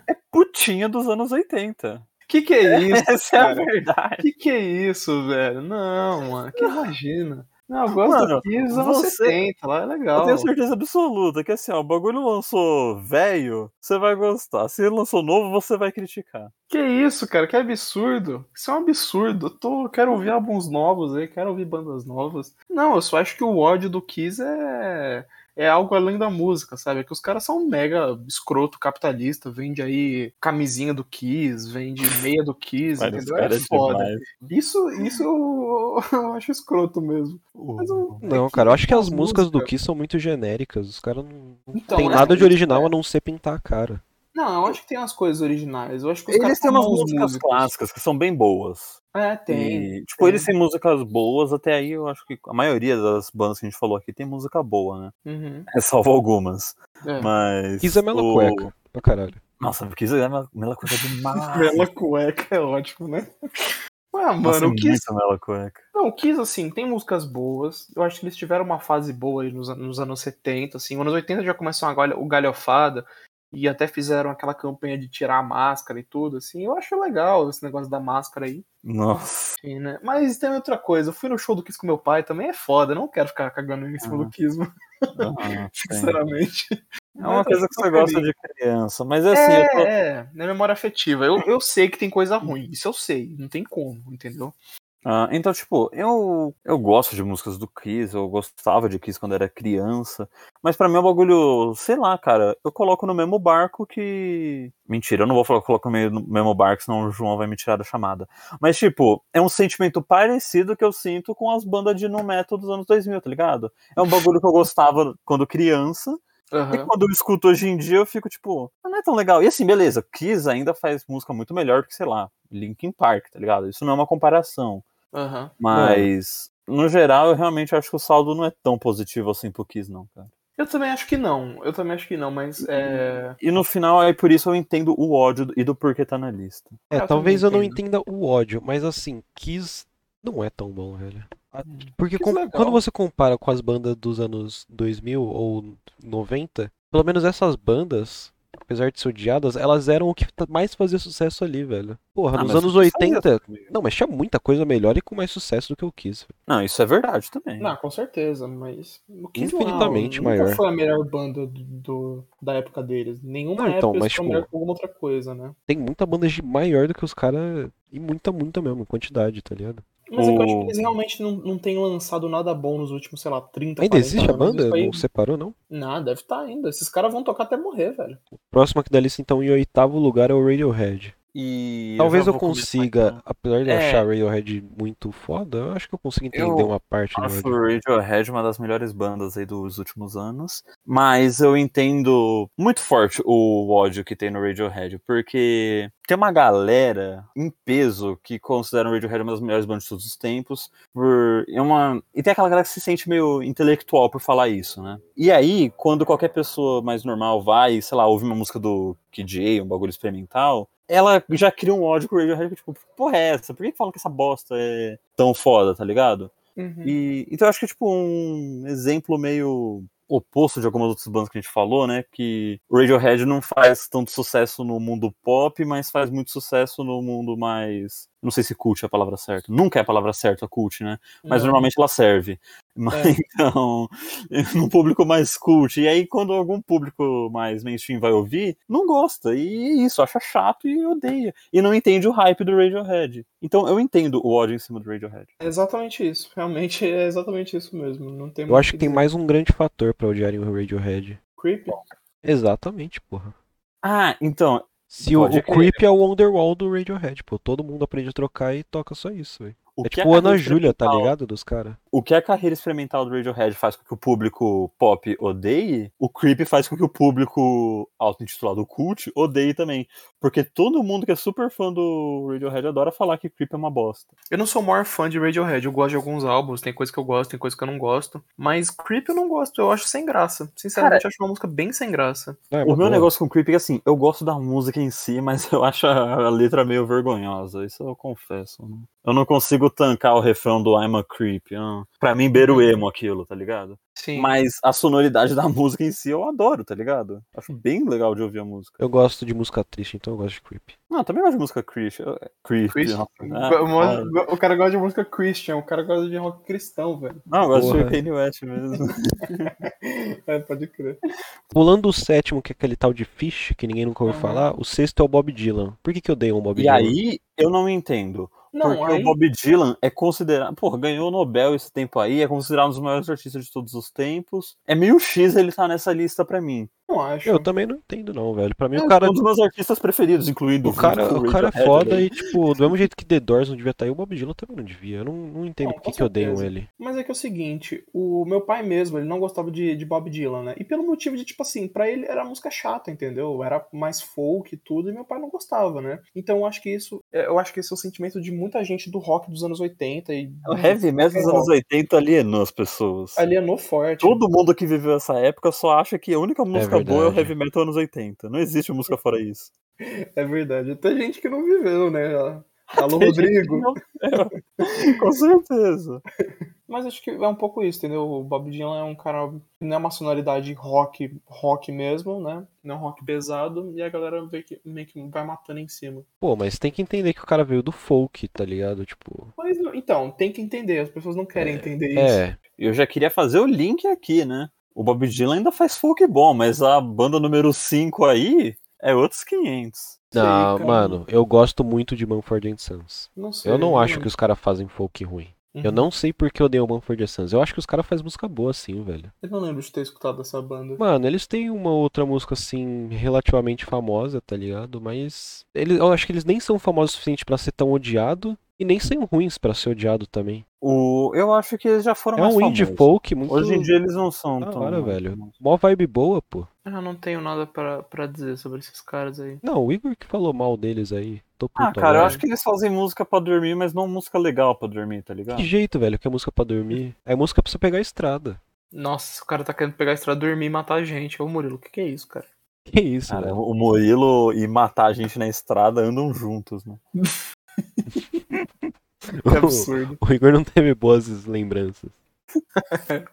C: é putinha dos anos 80.
A: Que que é isso?
C: Essa é a
A: cara?
C: verdade.
A: Que que é isso, velho? Não, mano, que imagina. Não, eu gosto
C: Mano,
A: do Kiss, você...
C: você-
A: 70, lá é
C: Eu
A: legal.
C: tenho certeza absoluta que assim, ó, o bagulho lançou velho, você vai gostar. Se lançou novo, você vai criticar.
A: Que isso, cara, que absurdo. Isso é um absurdo. Eu tô... quero ouvir álbuns novos aí, quero ouvir bandas novas. Não, eu só acho que o ódio do Kiss é... É algo além da música, sabe? É que os caras são mega escroto capitalista, vende aí camisinha do Kiss, vende meia do Kiss,
C: Mas esse
A: entendeu?
C: cara
A: É
C: é
A: foda.
C: demais.
A: Isso, isso eu, eu acho escroto mesmo. Mas eu-
B: Não,
A: é que-
B: cara, eu acho que as músicas do
A: músicas-
B: Kiss são muito genéricas. Os caras não, não
A: Então,
B: tem
A: essa
B: nada de
A: música-
B: original a não ser pintar a cara.
A: Não, eu acho que tem umas coisas originais. Eu acho que os
C: Eles
A: caras
C: têm
A: são
C: umas
A: bons
C: músicas
A: músicos.
C: clássicas que são bem boas.
A: É, tem.
C: E, tipo, eles têm músicas boas, até aí eu acho que a maioria das bandas que a gente falou aqui tem música boa, né?
A: Uhum.
C: É, salvo algumas.
A: É.
C: Mas.
B: Kiss é mela
C: o-
B: cueca, pra caralho.
C: Nossa, o Kiss é mela, mela cueca demais.
A: Mela Ah, cueca é ótimo, né? Ah,
C: Nossa, é
A: mano, o Kiss.
C: muito mela cueca.
A: Não, o Kiss, assim, tem músicas boas. Eu acho que eles tiveram uma fase boa aí nos, an- nos anos 70, assim. Nos anos 80 já começou a galho- o galhofada. E até fizeram aquela campanha de tirar a máscara e tudo, assim. Eu acho legal esse negócio da máscara aí.
C: Nossa.
A: Sim, né? Mas tem outra coisa. Eu fui no show do Kiss com meu pai, também é foda. Eu não quero ficar cagando em cima
C: Ah.
A: do Kiss, mano,
C: Ah, sim.
A: sinceramente.
C: é uma coisa que você gosta de criança. Mas é assim, eu tô-
A: É, é, na memória afetiva. Eu, eu sei que tem coisa ruim, isso eu sei, não tem como, entendeu?
C: Ah, então, tipo, eu, eu gosto de músicas do Kiss, eu gostava de Kiss quando era criança, mas pra mim é um bagulho, sei lá, cara, eu coloco no mesmo barco que. Mentira, eu não vou falar que eu coloco no meio- no mesmo barco, senão o João vai me tirar da chamada. Mas, tipo, é um sentimento parecido que eu sinto com as bandas de nu metal dos anos 2000, tá ligado? É um bagulho que eu gostava quando criança, e
A: Aham.
C: quando eu escuto hoje em dia, eu fico tipo, "Ah, não é tão legal. E assim, beleza, Kiss ainda faz música muito melhor que, sei lá, Linkin Park, tá ligado? Isso não é uma comparação.
A: Aham.
C: é Mas, no geral, eu realmente acho que o saldo não é tão positivo assim pro Kiss, não, cara.
A: Eu também acho que não. Eu também acho que não, mas é.
C: E no final é por isso eu entendo o ódio e do porquê tá na lista.
B: É,
A: Eu
B: talvez eu
A: também
B: não entenda o ódio, mas assim, Kiss não é tão bom, velho. Ah, Porque
A: Kiss
B: com-
A: legal.
B: quando você compara com as bandas dos anos 2000 ou 90, pelo menos essas bandas, apesar de ser odiadas, elas eram o que ta- mais fazia sucesso ali, velho. Porra,
C: Ah,
B: nos
C: mas
B: anos
C: isso
B: 80.
C: aí é-
B: Não, mas tinha muita coisa melhor e com mais sucesso do que o Kiss. velho.
C: Não, isso é verdade também.
A: Não, com certeza, mas. o Kiss
B: Infinitamente
A: não, nunca
B: maior.
A: foi a melhor banda do, do- da época deles. Nenhuma
B: Não, então,
A: época
B: mas,
A: eles foram
B: tipo-
A: melhor que alguma outra coisa, né?
B: Tem muita banda de maior do que os caras. E muita, muita mesmo, em quantidade, tá ligado?
A: Mas é que eu acho
C: O-
A: que eles realmente não, não têm lançado nada bom nos últimos, sei lá, 30,
B: Ainda
A: 40
B: existe a
A: anos.
B: banda?
A: Então, Isso aí-
B: Não separou, não?
A: Não, deve estar ainda. Esses caras vão tocar até morrer, velho.
B: Próximo aqui da lista, então, em oitavo lugar é o Radiohead.
C: E
B: Talvez
C: já
B: eu
C: vou começar
B: consiga,
C: então.
B: apesar de eu
C: É.
B: achar Radiohead muito foda, eu acho que eu consigo entender
C: Eu
B: uma parte do
C: Acho
B: Radiohead.
C: o Radiohead uma das melhores bandas aí dos últimos anos, mas eu entendo muito forte o ódio que tem no Radiohead, porque tem uma galera em peso que considera o Radiohead uma das melhores bandas de todos os tempos, por é uma e tem aquela galera que se sente meio intelectual por falar isso, né? E aí, quando qualquer pessoa mais normal vai, sei lá, ouve uma música do KJ, um bagulho experimental, ela já cria um ódio com o Radiohead, que, tipo, "Que porra é essa? Por que que falam que essa bosta é tão foda, tá ligado? E, então eu acho que é tipo um exemplo meio oposto de algumas outras bandas que a gente falou, né? Que o Radiohead não faz tanto sucesso no mundo pop, mas faz muito sucesso no mundo mais. Não sei se cult é a palavra certa. Nunca é a palavra certa, cult, né? Mas
A: Não.
C: normalmente ela serve. Mas, Então, num público mais cult. E aí, quando algum público mais mainstream vai ouvir, não gosta. E é isso, acha chato e odeia. E não entende o hype do Radiohead. Então, eu entendo o ódio em cima do Radiohead.
A: É exatamente isso. Realmente é exatamente isso mesmo. Não tem
B: Eu
A: muito
B: acho
C: é.
B: que tem
A: dizer.
B: mais um grande fator pra odiarem o Radiohead.
A: Creep.
B: Exatamente, porra.
C: Ah, então,
B: Se o,
C: Pode
B: o
C: crer.
B: Creep é o Wonderwall do Radiohead, pô. Todo mundo aprende a trocar e toca só isso, velho.
C: O
B: É
C: que a
B: tipo o Ana
C: carreira
B: Júlia, tá
C: experimental-
B: ligado? Dos caras.
C: O que a carreira experimental do Radiohead faz com que o público pop odeie, o creep faz com que o público auto-intitulado cult odeie também. Porque todo mundo que é super fã do Radiohead adora falar que creep é uma bosta.
A: Eu não sou o maior fã de Radiohead. Eu gosto de alguns álbuns. Tem coisa que eu gosto, tem coisa que eu não gosto. Mas Creep eu não gosto. Eu acho sem graça. Sinceramente, eu acho uma música bem sem graça.
B: Ah, é
C: o meu
B: uma boa.
C: negócio com creep é que, assim, eu gosto da música em si, mas eu acho a a letra meio vergonhosa. Isso eu confesso. né? Eu não consigo tancar o refrão do I'm a creep. ah. Pra mim, beira o emo aquilo, tá ligado?
A: Sim.
C: Mas a sonoridade da música em si eu adoro, tá ligado? Acho bem legal de ouvir a música.
B: Eu gosto de música triste, então eu gosto de Creep.
C: Não, eu também gosto de música Christian. Eu- Christian.
A: Christian.
C: Ah,
A: Go- mo-
C: cara.
A: go- o cara gosta de música Christian. O cara gosta de rock cristão, velho.
C: Ah, Não, eu gosto
B: Porra.
C: de Kanye West mesmo.
A: É, pode crer.
B: Pulando o sétimo, que é aquele tal de Fish, que ninguém nunca ouviu
A: Uhum.
B: falar, o sexto é o Bob Dylan. Por que, que eu dei um Bob
C: E
B: Dylan?
C: aí, eu não entendo.
A: Não,
C: porque
A: aí...
C: o Bob Dylan é considerado. Porra, ganhou o Nobel esse tempo aí, é considerado um dos maiores artistas de todos os tempos. É meio X ele tá nessa lista pra mim.
A: não acho.
B: Eu também não entendo, não, velho. Pra mim,
C: É,
B: o cara
C: um dos meus artistas preferidos, incluindo
B: O cara,
C: Radiohead,
B: o cara é foda
C: né?
B: e, tipo, do mesmo jeito que The Doors não devia estar aí, o Bob Dylan também não devia. Eu não, não entendo
A: Não,
B: por
A: com
B: que, que odeiam
A: certeza.
B: ele.
A: Mas é que é o seguinte, o meu pai mesmo, ele não gostava de, de Bob Dylan, né? E pelo motivo de, tipo assim, pra ele era música chata, entendeu? Era mais folk e tudo, e meu pai não gostava, né? Então eu acho que isso, é, eu acho que esse é o sentimento de muita gente do rock dos anos 80 e
C: É O heavy metal
A: É.
C: dos anos 80 alienou as pessoas.
A: alienou forte.
C: Todo mundo que viveu essa época só acha que a única música boa é o
B: verdade.
C: heavy metal anos 80. Não existe música fora isso.
A: É verdade. Até gente que não viveu, né? Alô,
C: Tem gente
A: Rodrigo.
C: Com certeza.
A: Mas acho que é um pouco isso, entendeu? O Bob Dylan é um cara que não é uma sonoridade rock, rock mesmo, né? Não é um rock pesado, e a galera vê que, meio que vai matando em cima.
B: Pô, mas tem que entender que o cara veio do folk, tá ligado? Tipo.
A: Mas não- então, tem que entender, as pessoas não querem entender isso.
B: É.
C: Eu já queria fazer o link aqui, né? O Bob Dylan ainda faz folk bom, mas a banda número 5 aí é outros 500.
A: Sei,
B: Não,
A: cara.
B: mano, eu gosto muito de Manford and Sons.
A: Não sei.
B: Eu não acho que os caras fazem folk ruim.
A: Uhum.
B: Eu não sei por que eu odeio o Manford and Sons. Eu acho que os caras fazem música boa, sim, velho.
A: Eu não lembro de ter escutado essa banda.
B: Mano, eles têm uma outra música, assim, relativamente famosa, tá ligado? Mas. Eles, eu acho que eles nem são famosos o suficiente pra ser tão odiado. E nem são ruins pra ser odiado também.
C: O, eu acho que eles já foram
B: É
C: mais
B: um indie
C: famosos.
B: folk muito.
C: Hoje em dia eles não são
B: Da
C: tão...
B: hora, velho. Mó vibe boa, pô.
A: Eu não tenho nada para dizer sobre esses caras aí.
B: Não, o Igor que falou mal deles aí. Tô puto
C: Ah, cara, eu
B: agora.
C: acho que eles fazem música pra dormir, mas não música legal pra dormir, tá ligado?
B: Que jeito, velho, que é música pra dormir. É música pra você pegar a estrada.
A: Nossa, o cara tá querendo pegar a estrada, dormir e matar a gente. Ô, Murilo, o que, que é isso, cara?
B: Que isso,
C: Cara,
B: velho.
C: o Murilo e matar a gente na estrada andam juntos, né?
A: Que absurdo.
B: O Igor não teve boas lembranças.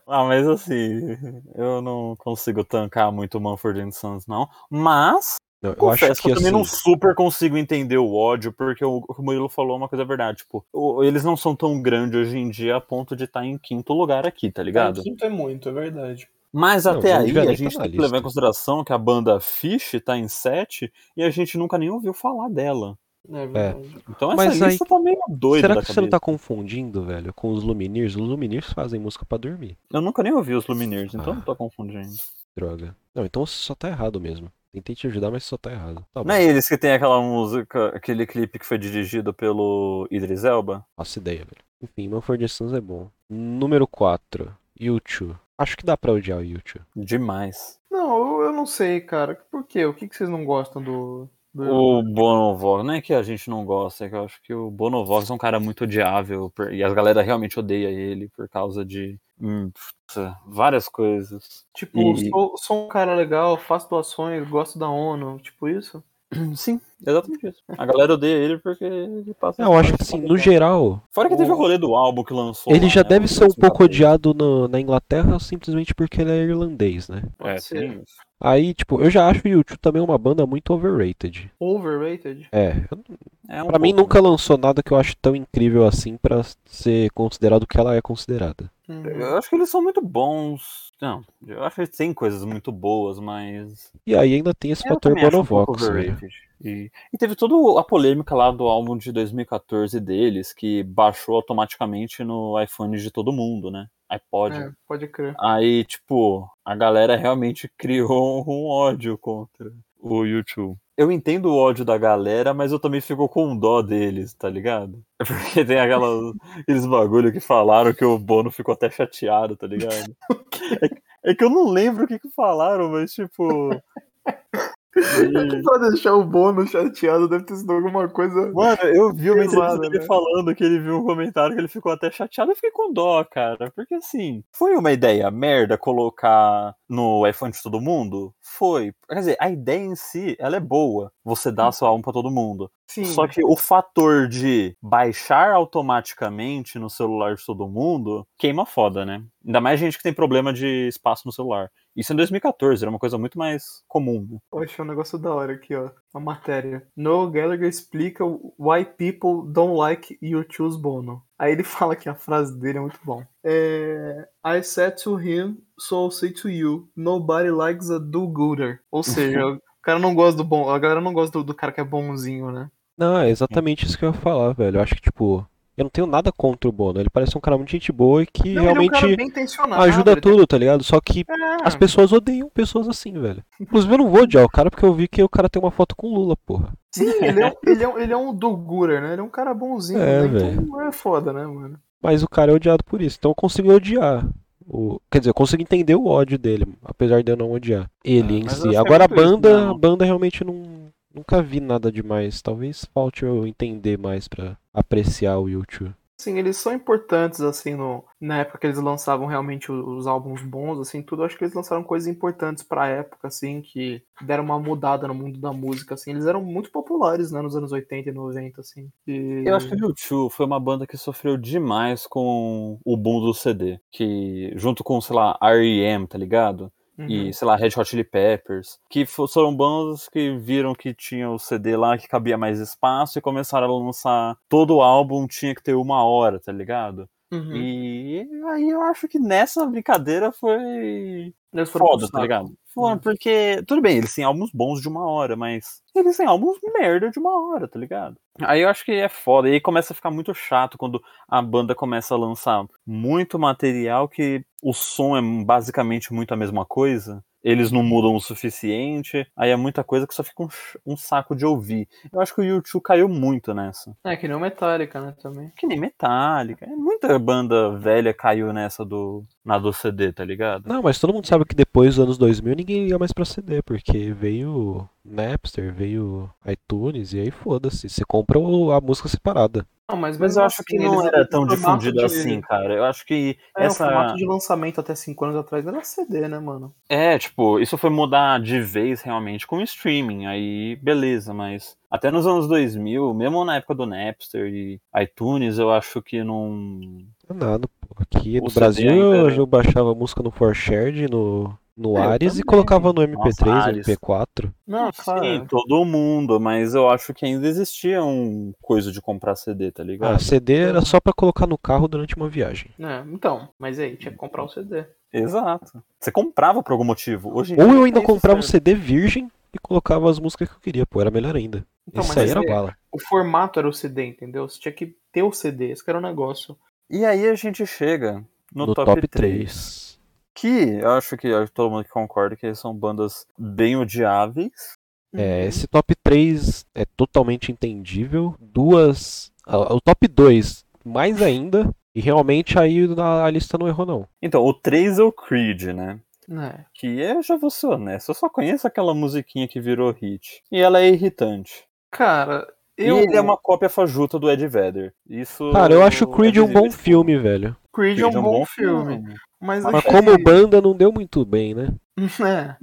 C: Ah, mas assim, eu não consigo tancar muito o Manford and Sons, não. Mas,
B: Não, eu acho
C: confesso que,
B: que
C: eu também não
B: assim,
C: super consigo entender o ódio, porque o, o Murilo falou uma coisa verdade, tipo, o- eles não são tão grandes hoje em dia a ponto de estar em quinto lugar aqui, tá ligado?
A: Quinto é muito, é verdade.
C: Mas
B: Não,
C: até
B: não devia
C: aí a
B: nem
C: gente
B: tá na
C: tem que
B: lista.
C: levar em consideração que a banda Fish tá em 7 e a gente nunca nem ouviu falar dela.
A: É verdade.
C: Então essa
B: Mas aí-
C: lista tá meio doida
B: será
C: da
B: que você não tá
C: cabeça.
B: confundindo, velho, com os Lumineers? Os Lumineers fazem música pra dormir.
C: Eu nunca nem ouvi os Lumineers, então
B: Ah.
C: não tô confundindo.
B: Droga. Não, então você só tá errado mesmo. Tentei te ajudar, mas você só tá errado. Tá bom.
C: Não é eles que tem aquela música, aquele clipe que foi dirigido pelo Idris Elba?
B: Faço ideia, velho. Enfim, Manford Sons é bom. Número 4. YouTube. Acho que dá pra odiar o YouTube.
C: Demais.
A: Não, eu, eu não sei, cara. Por quê? O que, que vocês não gostam do. do...
C: O Bonovox, não é que a gente não gosta, é que eu acho que o Bonovox é um cara muito odiável por- e a galera realmente odeia ele por causa de hum, puta, várias coisas.
A: Tipo,
C: E-
A: sou, sou um cara legal, faço doações, gosto da ONU, tipo isso?
C: Sim, exatamente isso. A galera odeia ele porque ele passa.
B: Eu acho que assim, no geral,
C: Fora que teve o rolê do álbum que lançou.
B: ele
C: lá,
B: já
C: né,
B: deve
C: em
B: ser um pouco
C: 2014.
B: odiado no- na Inglaterra simplesmente porque ele é irlandês, né?
A: Pode
C: É,
A: ser.
C: sim.
B: Aí, tipo, eu já acho o YouTube também uma banda muito overrated.
A: Overrated?
B: É, eu
C: É um
B: Pra mim
C: pouco,
B: nunca lançou nada que eu acho tão incrível assim pra ser considerado o que ela é considerada.
A: Hum.
C: né? Eu acho que eles são muito bons. Não, eu acho que eles têm coisas muito boas, mas
B: E aí ainda tem esse
C: Eu
B: fator
C: também acho um pouco
B: Bonovox, né? velho.
C: overrated. E, e teve toda a polêmica lá do álbum de 2014 deles, que baixou automaticamente no iPhone de todo mundo, né? iPod.
A: É, pode crer.
C: Aí, tipo, a galera realmente criou um ódio contra o YouTube. Eu entendo o ódio da galera, mas eu também fico com dó deles, tá ligado? Porque tem aquela, aqueles bagulho que falaram que o Bono ficou até chateado, tá ligado? É, que- é que eu não lembro o que, que falaram, mas tipo. e-
A: Pra deixar o bônus chateado, deve ter sido alguma coisa.
C: Mano, eu vi uma entrevista
A: Pesada,
C: dele
A: né?
C: falando que ele viu um comentário que ele ficou até chateado. Eu fiquei com dó, cara. Porque assim, foi uma ideia merda colocar no iPhone de todo mundo? Foi. Quer dizer, a ideia em si, ela é boa. Você dá seu álbum pra todo mundo.
A: Sim.
C: Só que o fator de baixar automaticamente no celular de todo mundo queima foda, né? Ainda mais gente que tem problema de espaço no celular. Isso em 2014, era uma coisa muito mais comum. né?
A: Eu achei um negócio da hora aqui, ó. Uma matéria. Noel Gallagher explica why people don't like you choose Bono. Aí ele fala que a frase dele é muito bom. É, I said to him, so I'll say to you, nobody likes a do-gooder. Ou seja, o cara não gosta do bom, a galera não gosta do, do cara que é bonzinho, né?
B: Não, é exatamente isso que eu ia falar, velho. Eu acho que, tipo, eu não tenho nada contra o Bono. Ele parece um cara muito gente boa e que
A: Não, ele é um cara
B: realmente
A: bem intencionado. né?
B: ajuda
A: ele tem-
B: tudo, tá ligado? Só que
A: É,
B: as pessoas odeiam pessoas assim, velho. Inclusive eu não vou odiar o cara porque eu vi que o cara tem uma foto com o Lula, porra.
A: Sim, ele é, um- ele, é, um- ele é um do-gooder, né? Ele é um cara bonzinho,
B: É,
A: né? Então é foda, né, mano?
B: Mas o cara é odiado por isso. Então eu consigo odiar. O... Quer dizer, eu consigo entender o ódio dele, apesar de eu não odiar ele
C: É,
B: em
A: mas
B: si.
A: acho que é
B: Agora a
A: muito isso,
B: banda,
A: né,
B: a banda realmente não nunca vi nada demais. Talvez falte eu entender mais pra apreciar o YouTube.
A: Sim, eles são importantes, assim, no, na época que eles lançavam realmente o- os álbuns bons, assim, tudo. Acho que eles lançaram coisas importantes pra época, assim, que deram uma mudada no mundo da música, assim. Eles eram muito populares, né, nos anos 80 e 90, assim. E-
C: Eu acho que o U2 foi uma banda que sofreu demais com o boom do CD, que junto com, sei lá, R.E.M., tá ligado?
A: Uhum.
C: E, sei lá, Red Hot Chili Peppers, que fo- foram bandas que viram que tinha o CD lá, que cabia mais espaço e começaram a lançar todo o álbum tinha que ter uma hora, tá ligado?
A: Uhum.
C: E aí eu acho que nessa brincadeira foi
A: Eles foram pro
C: foda, tá
A: saco.
C: ligado? Foram,
A: Hum.
C: porque, tudo bem, eles têm álbuns bons de uma hora, mas eles têm álbuns merda de uma hora, tá ligado? Aí eu acho que é foda, e aí começa a ficar muito chato quando a banda começa a lançar muito material que o som é basicamente muito a mesma coisa. Eles não mudam o suficiente, aí é muita coisa que só fica um, ch- um saco de ouvir. Eu acho que o YouTube caiu muito nessa.
A: É, que nem o Metallica, né, também.
C: Que nem Metallica, é muita banda velha caiu nessa do na do CD, tá ligado?
B: Não, mas todo mundo sabe que depois dos anos 2000 ninguém liga mais pra CD, porque veio Napster, veio iTunes, e aí foda-se. Você compra o- a música separada.
A: Não, mas,
C: Mas
A: mesmo
C: eu acho
A: assim,
C: que
A: eles
C: não
A: eram
C: era tão
A: um formato
C: difundido
A: de-
C: assim, cara. Eu acho que
A: É,
C: essa.
A: o formato de lançamento até 5 anos atrás era CD, né, mano?
C: É, tipo, isso foi mudar de vez realmente com o streaming, aí beleza, mas até nos anos 2000, mesmo na época do Napster e iTunes, eu acho que não.
B: É Nada, pô. Aqui
C: O
B: no
C: CD
B: Brasil
C: ainda né?
B: eu,
C: era-
B: eu baixava a música no ForShared, no, no
A: É, eu
B: Ares e
A: também.
B: colocava no MP3,
C: Nossa, Ares.
B: MP4.
A: Não,
C: Sim,
A: claro.
C: todo mundo, mas eu acho que ainda existia um coisa de comprar CD, tá
B: Ah,
C: ligado?
B: CD era só pra colocar no carro durante uma viagem.
A: É, então, mas aí, tinha que comprar o CD.
C: Exato. Você comprava por algum motivo. Hoje em
B: Ou
C: dia
B: eu
C: não
B: ainda
C: tem isso,
B: comprava um o
C: né?
B: CD virgem e colocava as músicas que eu queria, pô, era melhor ainda.
A: Então,
B: Isso
A: mas
B: aí era
A: é-
B: bala.
A: o formato era o CD, entendeu? Você tinha que ter o CD, esse que era o negócio.
C: E aí a gente chega no,
B: No
C: top,
B: top
C: 3.
B: 3.
C: Que eu acho que todo mundo que concorda que são bandas bem odiáveis.
A: Uhum.
B: É, esse top 3 é totalmente entendível. Duas. a- O top 2, mais ainda. E realmente aí a, a lista não errou, não.
C: Então, o 3 é o Creed, né?
A: É.
C: Que eu já vou ser honesto, eu só conheço aquela musiquinha que virou hit. E ela é irritante.
A: Cara,
C: Eu...
A: eu.
C: E ele é uma cópia fajuta do Ed Vedder. Isso.
B: Cara, eu acho o Creed
C: é
B: um bom
C: visível.
B: filme, velho.
A: Creed é um, bom, filme. Mas,
C: Mas
B: Mas
A: acho
B: como
A: que-
B: banda não deu muito bem, né?
A: É.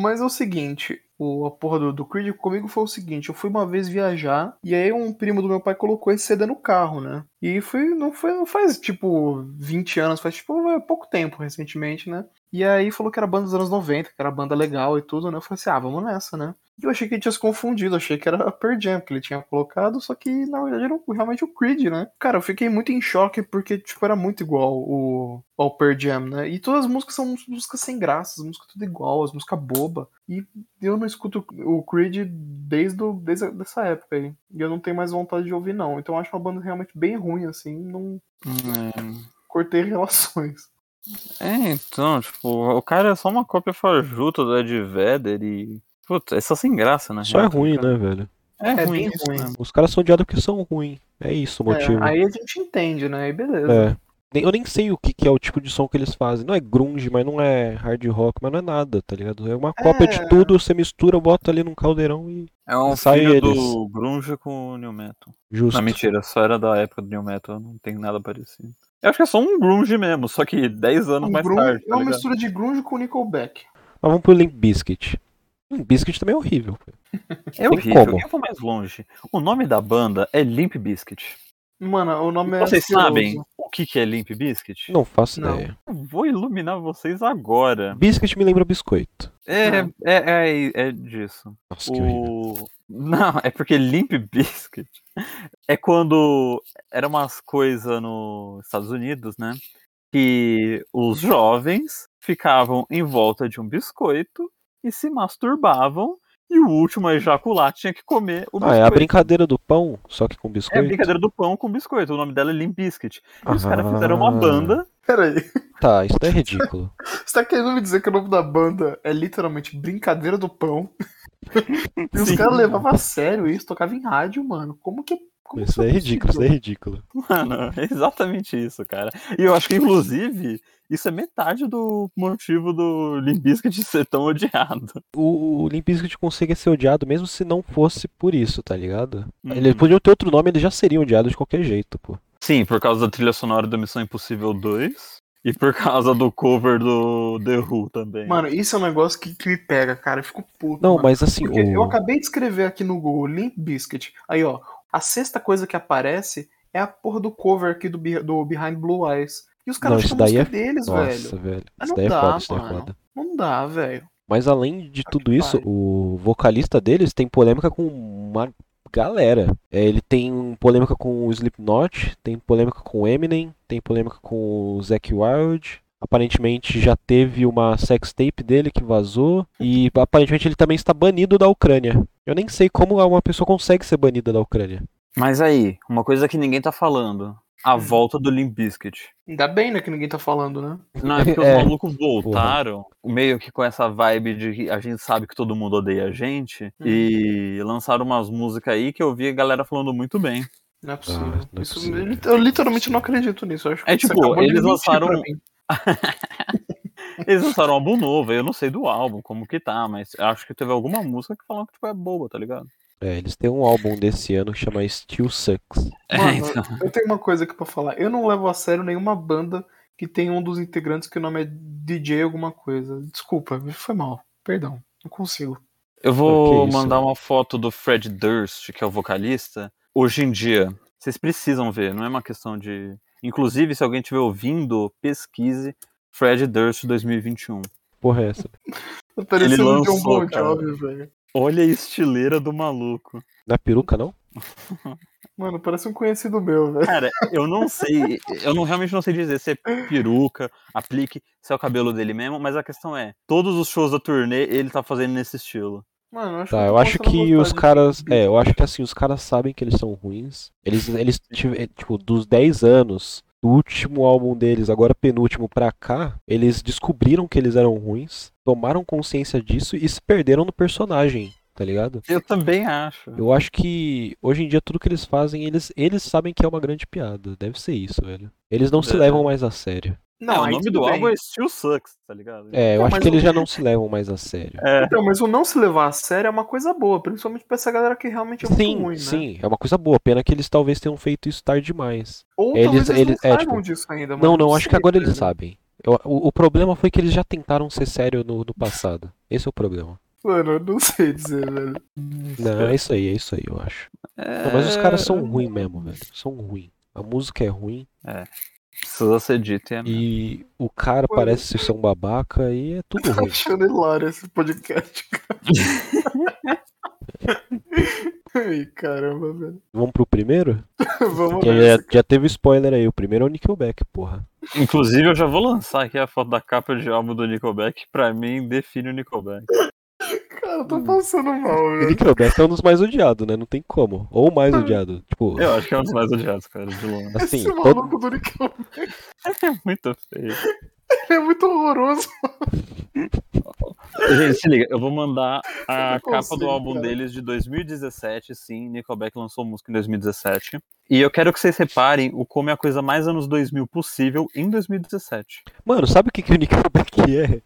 A: Mas é o seguinte, o, a porra do, do Creed comigo foi o seguinte, eu fui uma vez viajar, e aí um primo do meu pai colocou esse CD no carro, né? E foi, não foi, não faz tipo 20 anos, faz tipo é, pouco tempo recentemente, né? E aí falou que era banda dos anos 90, que era banda legal e tudo, né? Eu falei assim, ah, vamos nessa, né? E eu achei que ele tinha se confundido, achei que era a Pearl Jam que ele tinha colocado, só que na verdade era o- realmente o Creed, né? Cara, eu fiquei muito em choque porque, tipo, era muito igual o, ao Pearl Jam, né? E todas as músicas são músicas sem graça, as músicas tudo igual, as músicas boba. E eu não escuto o Creed desde, o- desde a- dessa época aí. E eu não tenho mais vontade de ouvir, não. Então eu acho uma banda realmente bem ruim, assim, não cortei relações.
C: É, então, tipo, o cara é só uma cópia fajuta do Ed Vedder e. Putz, é só sem graça, né?
B: Só é ruim, né, velho?
C: É,
A: É
C: ruim,
A: bem
C: isso,
A: ruim.
C: né?
B: Os caras são odiados porque são ruins. É isso o motivo.
A: É, aí a gente entende, né? E beleza.
B: É. Nem- Eu nem sei o que, que é o tipo de som que eles fazem. Não é grunge, mas não é hard rock, mas não é nada, tá ligado? É uma cópia de tudo, você mistura, bota ali num caldeirão e.
C: É um
B: Sai
C: filho
B: eles.
C: do Grunge com o New Metal.
B: Justo.
C: Não, Ah, mentira, só era da época do New Metal, não tem nada parecido. Eu acho que é só um Grunge mesmo, só que 10 anos
A: Um
C: mais
A: grunge-
C: tarde,
A: é
C: tá
A: uma
C: ligado?
A: mistura de grunge com Nickelback.
B: Mas vamos pro Limp Biscuit. Limp Biscuit também é horrível.
C: É
B: Tem
C: horrível.
B: como.
C: Eu vou mais longe. O nome da banda é Limp Biscuit.
A: Mano, o nome é.
C: Vocês
A: ansioso.
C: sabem o que, que é Limp Biscuit?
B: Não faço
A: Não.
B: ideia.
C: Eu Vou iluminar vocês agora.
B: Biscuit me lembra biscoito.
C: É,
A: Não.
C: é, é, é disso.
B: Nossa, que horrível.
C: O... Não, é porque Limp Biscuit é quando eram umas coisas nos Estados Unidos, né? Que os jovens ficavam em volta de um biscoito e se masturbavam e o último a ejacular tinha que comer o
B: Ah,
C: biscoito.
B: é a brincadeira do pão, só que com
C: É
B: biscoito.
C: a brincadeira do pão com biscoito. O nome dela é Limp Biscuit. E os
B: Ah.
C: caras fizeram uma banda.
A: Peraí.
B: Tá, isso daí é ridículo.
A: Você tá querendo me dizer que o nome da banda é literalmente Brincadeira do Pão? E os
C: Sim.
A: caras levavam a sério isso, tocava em rádio, mano. Como que. Como
B: Isso daí é ridículo, isso daí é ridículo.
C: Mano, é exatamente isso, cara. E eu acho que, inclusive, isso é metade do motivo do Limbisca de ser tão odiado.
B: O, o Limp Bizkit consegue ser odiado mesmo se não fosse por isso, tá ligado?
C: Uhum.
B: Eles podiam ter outro nome, eles já seriam odiados de qualquer jeito, pô.
C: Sim, por causa da trilha sonora do Missão Impossível 2 e por causa do cover do The Who também.
A: Mano, isso é um negócio que, que me pega, cara. Eu fico puto.
B: Não,
C: Uhum.
A: mano.
B: mas assim,
A: Porque eu
B: o...
A: acabei de escrever aqui no Google Limp Biscuit. Aí, ó. A sexta coisa que aparece é a porra do cover aqui do, Be- do Behind Blue Eyes. E os
B: Não,
A: caras
B: isso
A: chamam a
B: daí
A: música
B: é-
A: deles,
B: Nossa,
A: velho.
B: velho.
A: Ah,
B: Isso
A: não
B: daí é
A: dá,
B: foda, isso daí é
A: mano.
B: foda.
A: Não dá, velho.
B: Mas além de
A: que
B: tudo isso,
A: pariu.
B: o vocalista deles tem polêmica com uma galera. É, ele tem polêmica com o Slipknot, tem polêmica com o Eminem, tem polêmica com o Zac Wild. Aparentemente já teve uma sex tape dele que vazou e aparentemente ele também está banido da Ucrânia. Eu nem sei como uma pessoa consegue ser banida da Ucrânia.
C: Mas aí, uma coisa que ninguém tá falando. A
A: Hum.
C: volta do Limbiscuit.
A: Ainda bem, né, que ninguém tá falando, né?
C: Não, é porque
B: É.
C: os malucos voltaram, meio que com essa vibe de que a gente sabe que todo mundo odeia a gente,
A: Hum.
C: e lançaram umas músicas aí que eu vi a galera falando muito bem.
A: Não é possível.
B: Ah, não é
A: Isso-
B: possível.
A: eu lit- Eu literalmente não acredito nisso. eu acho
C: É
A: que você
C: tipo,
A: acabou de
C: eles
A: mentir
C: lançaram
A: pra
C: um-
A: mim.
C: Eles lançaram um álbum novo, eu não sei do álbum, como que tá, mas acho que teve alguma música que falaram que tipo, é boa, tá ligado?
B: É, eles têm um álbum desse ano que chama Still Sucks.
C: É, então.
A: Eu tenho uma coisa aqui pra falar. Eu não levo a sério nenhuma banda que tem um dos integrantes que o nome é DJ alguma coisa. Desculpa, foi mal. Perdão. Não consigo.
C: Eu vou
B: Que isso,
C: mandar
B: né?
C: uma foto do Fred Durst, que é o vocalista, hoje em dia. Vocês precisam ver, não é uma questão de. Inclusive, se alguém estiver ouvindo, pesquise Fred Durst 2021.
B: Porra, é essa.
A: Tá parecendo um John
C: lançou,
A: Bon
C: cara.
A: Jovi, velho.
C: Olha a estileira do maluco.
B: Na peruca, não?
A: Mano, parece um conhecido meu, velho.
C: Cara, eu não sei, eu não, realmente não sei dizer se é peruca, aplique, se é o cabelo dele mesmo, mas a questão é, todos os shows da turnê ele tá fazendo nesse estilo.
A: Mano, eu acho
B: Tá,
A: eu
B: eu
A: tô
B: acho
A: começando a
B: que
A: Tipo, gostar
B: os
A: de-
B: caras. É, eu acho que assim, os caras sabem que eles são ruins. Eles, eles tive- tipo, dos 10 anos, do último álbum deles, agora penúltimo pra cá, eles descobriram que eles eram ruins, tomaram consciência disso e se perderam no personagem, tá ligado?
C: Eu também acho.
B: Eu acho que hoje em dia tudo que eles fazem, eles, eles sabem que é uma grande piada. Deve ser isso, velho. Eles não se
C: É.
B: levam mais a sério.
A: Não,
C: É, o
A: aí
C: nome
A: tudo
C: do
A: bem.
C: álbum é Still Sucks, tá ligado?
B: É, eu
A: Não,
B: acho
A: mas
B: que
A: o-
B: eles já não se levam mais a sério.
C: É.
A: Então, mas o não se levar a sério é uma coisa boa, principalmente pra essa galera que realmente é muito
B: Sim,
A: ruim, né?
B: sim, é uma coisa boa. Pena que eles talvez tenham feito isso tarde demais.
A: Ou
B: Eles-
A: talvez eles,
B: eles-
A: não
B: é,
A: saibam
B: tipo,
A: disso ainda, mano.
B: Não, não, acho
A: Então, sei,
B: que
A: tá
B: agora eles
A: velho.
B: sabem. Eu- o, o problema foi que eles já tentaram ser sério no, no passado. Esse é o problema.
A: Mano, eu não sei dizer, velho.
B: Não, é isso aí, é isso aí, eu acho. Não, mas os
C: É,
B: caras são ruins mesmo, velho. São ruins. A música é ruim
C: Precisa ser dito, é.
B: e o cara
A: Mano.
B: parece ser um babaca e é tudo
A: Eu tô
B: ruim.
A: achando hilário esse podcast, cara. Ai, caramba, velho.
B: Vamos pro primeiro?
A: Vamos
B: Que
A: ver.
B: já, já teve spoiler aí. O primeiro é o Nickelback, porra.
C: Inclusive, eu já vou lançar aqui a foto da capa de álbum do Nickelback, que pra mim define o Nickelback.
A: Cara, eu tô passando mal,
B: O
A: velho.
B: Nickelback é um dos mais odiados, né? Não tem como. Ou o mais odiado. Tipo,
C: Eu acho que é um dos mais odiados, cara, de longe.
B: assim,
A: Esse
B: todo,
A: maluco do Nickelback
C: É muito feio.
A: é muito horroroso.
C: Gente, se liga, eu vou mandar
A: Eu
C: a
A: não
C: capa do
A: consigo,
C: álbum
A: cara.
C: deles de 2017, sim, Nickelback lançou música em 2017. E eu quero que vocês reparem o como é a coisa mais anos 2000 possível em 2017.
B: Mano, sabe o que, que o Nickelback é?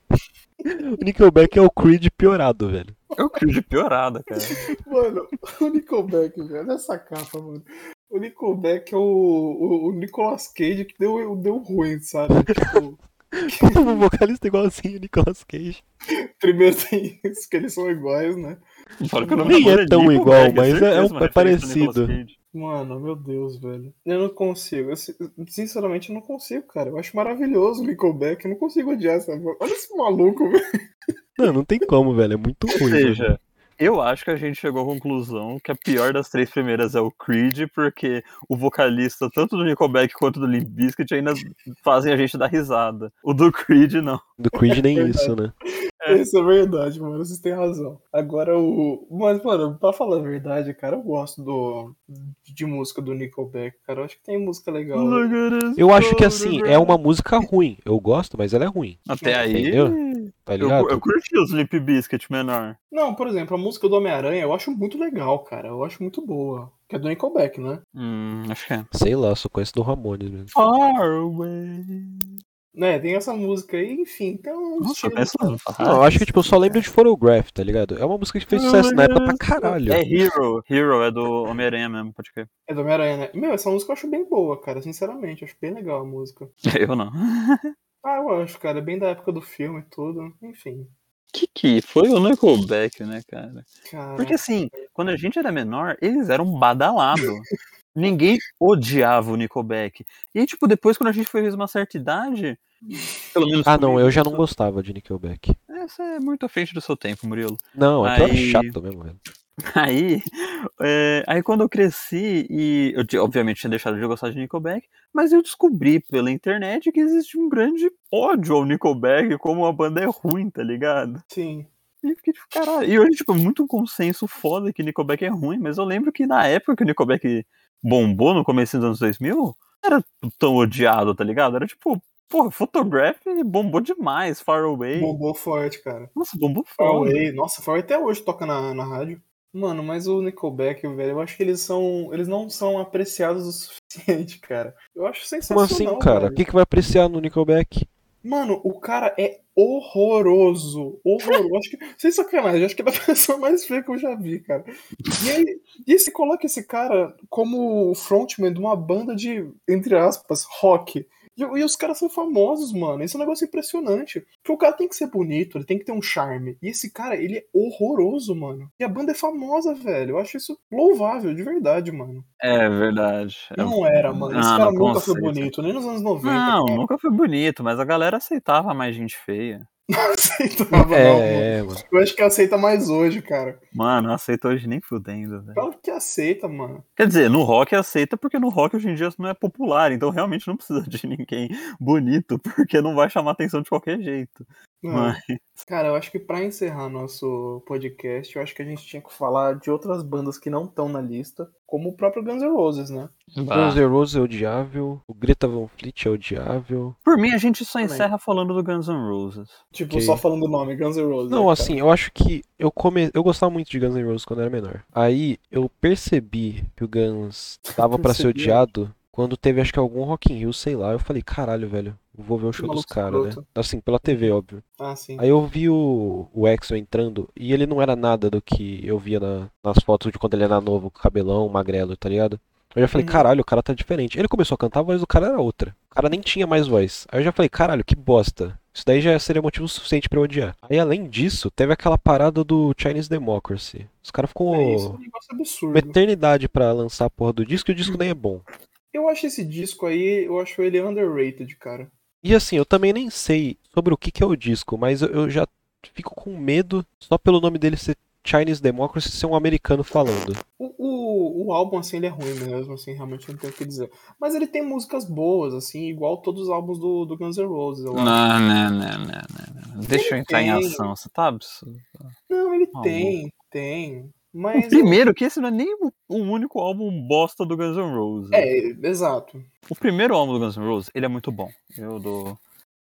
B: O Nickelback é o Creed piorado, velho.
C: É o Creed piorada, cara.
A: Mano, o Nickelback, velho. Olha essa capa, mano. O Nickelback é o, o, o Nicolas Cage que deu, deu ruim, sabe? Tipo,
B: O vocalista é igualzinho o Nicolas Cage.
A: primeiro tem isso, que eles são iguais, né?
C: Fora que o nome
B: Nem
C: da banda
B: é tão
C: Nickelback,
B: igual, mas é-
C: certeza
B: é um-
C: uma
B: é
C: referência ao Nicolas
B: parecido.
C: Cage.
A: Mano, meu Deus, velho. Eu não consigo. Eu, si- sinceramente, eu não consigo, cara. Eu acho maravilhoso o Nickelback. Eu não consigo odiar essa. Olha esse maluco, velho.
B: Não, não tem como, velho. É muito
C: Ou
B: ruim. velho.
C: seja, eu acho que a gente chegou à conclusão que a pior das três primeiras é o Creed, porque o vocalista, tanto do Nickelback quanto do Limp Bizkit, ainda fazem a gente dar risada. O do Creed, não.
B: Do Creed nem isso, né?
C: É.
A: Isso é verdade, mano. Vocês têm razão. Agora o. Mas, mano, pra falar a verdade, cara, eu gosto do... de música do Nickelback, cara. Eu acho que tem música legal.
B: Eu acho que assim, é uma música ruim. Eu gosto, mas ela é ruim,
C: Até aí.
B: Entendeu? tá
C: Eu,
B: ligado?
C: eu curti os Limp Bizkit menor.
A: Não, por exemplo, a música do Homem-Aranha eu acho muito legal, cara. Eu acho muito boa. Que é do Nickelback, né?
C: Hum, acho que é.
B: Sei lá, só conheço do Ramones mesmo.
C: Far away.
A: Né, tem essa música aí, enfim. Então.
C: Nossa, essa
B: Não, eu acho que, tipo, eu só lembro de Photograph, tá ligado? É uma música que fez sucesso na época pra caralho.
C: É Hero. Hero é do Homem-Aranha mesmo, pode crer.
A: É do Homem-Aranha, né? Meu, essa música eu acho bem boa, cara. Sinceramente, eu acho bem legal a música.
C: Eu não.
A: Ah, eu acho, cara. É bem da época do filme e tudo. Enfim.
C: Que que foi o Nickelback, né, cara?
A: Cara.
C: Porque assim, quando a gente era menor, eles eram badalados. Ninguém odiava o Nickelback. E aí, tipo, depois quando a gente fez uma certa idade, pelo menos
B: Ah, não,
C: comigo,
B: eu já não gostava de Nickelback.
C: é, Você é muito à frente do seu tempo, Murilo.
B: Não, é que eu era
C: Aí-
B: chato mesmo, velho.
C: Aí, é, aí quando eu cresci e eu ti- obviamente tinha deixado de gostar de Nickelback, mas eu descobri pela internet que existe um grande ódio ao Nickelback como uma banda é ruim, tá ligado?
A: Sim.
C: E eu fiquei tipo, caralho. E hoje, tipo, é muito um consenso foda que Nickelback é ruim, mas eu lembro que na época que o Nickelback bombou no começo dos anos 2000, era tão odiado, tá ligado? Era tipo, porra, Photograph bombou demais, Far Away.
A: Bombou forte, cara.
C: Nossa, bombou
B: um
C: foda.
A: Faraway. Nossa, Faraway até hoje toca na, na rádio. Mano, mas o Nickelback, velho, eu acho que eles são. Eles não são apreciados o suficiente, cara. Eu acho
B: Como
A: é sensacional.
B: assim, cara? O
A: velho.
B: que, que vai apreciar no Nickelback?
A: Mano, o cara é horroroso. Horroroso. Acho que, sem sacanagem, acho que é da pessoa mais feia que eu já vi, cara. E aí, e aí você coloca esse cara como frontman de uma banda de, entre aspas, rock. E, e os caras são famosos, mano. Esse é um negócio impressionante. Porque o cara tem que ser bonito, ele tem que ter um charme. E esse cara, ele é horroroso, mano. E a banda é famosa, velho. Eu acho isso louvável, de verdade, mano.
C: É verdade. É-
A: Não era, mano. Esse
C: Ah,
A: cara
C: não
A: nunca foi
C: conceito.
A: bonito, nem nos anos 90.
C: Não,
A: cara.
C: nunca foi bonito, mas a galera aceitava mais gente feia.
A: Não aceitava, não, mano.
B: É, é, mano.
A: Eu acho que aceita mais hoje, cara.
C: Mano, aceita hoje nem fudendo, velho.
A: Claro que aceita, mano.
C: Quer dizer, no rock aceita porque no rock hoje em dia não é popular, então realmente não precisa de ninguém bonito, porque não vai chamar atenção de qualquer jeito.
A: Não.
C: Mas,
A: Cara, eu acho que pra encerrar nosso podcast, eu acho que a gente tinha que falar de outras bandas que não estão na lista, como o próprio Guns N' Roses, né?
B: Guns N' Roses é odiável. O Greta Van Fleet é odiável.
C: por mim, a gente só
A: Também.
C: encerra falando do Guns N' Roses.
A: Tipo,
B: Ok.
A: só falando o nome, Guns N' Roses. né,
B: Não,
A: cara?
B: assim, eu acho que eu come... eu gostava muito de Guns N' Roses quando eu era menor. Aí eu percebi que o Guns tava pra ser
A: Percebeu?
B: odiado quando teve acho que algum Rock in Rio, sei lá. Eu falei, caralho, velho, vou ver o show dos
A: maluco
B: caras, né?
A: escroto.
B: Assim, pela TV, óbvio.
A: Ah, sim.
B: Aí eu vi o, o Exo entrando e ele não era nada do que eu via na- nas fotos de quando ele era novo, com cabelão, magrelo, tá ligado? Eu já falei,
A: Uhum.
B: caralho, o cara tá diferente. Ele começou a cantar, a voz do cara era outra. O cara nem tinha mais voz. Aí eu já falei, caralho, que bosta. Isso daí já seria motivo suficiente pra eu odiar. Aí além disso, teve aquela parada do Chinese Democracy. Os caras ficam
A: É isso, é um negócio absurdo.
B: uma eternidade pra lançar a porra do disco e o
A: Hum.
B: disco nem é bom.
A: Eu acho esse disco aí, eu acho ele underrated, cara.
B: E assim, eu também nem sei sobre o que que é o disco, mas eu, eu já fico com medo só pelo nome dele ser Chinese Democracy ser um americano falando.
A: O, o, o álbum, assim, ele é ruim mesmo, assim, realmente não tem o que dizer. Mas ele tem músicas boas, assim, igual todos os álbuns do, do Guns N' Roses, eu acho.
C: Não, não, não, não, não, não. Deixa eu entrar em
A: Tem.
C: ação, você tá absurdo.
A: Não, ele
C: Maluco.
A: tem, tem. Mas.
C: Primeiro, que esse não é nem o o único álbum bosta do Guns N' Roses.
A: É,
C: né?
A: exato.
C: O primeiro álbum do Guns N' Roses, ele é muito bom. Eu dou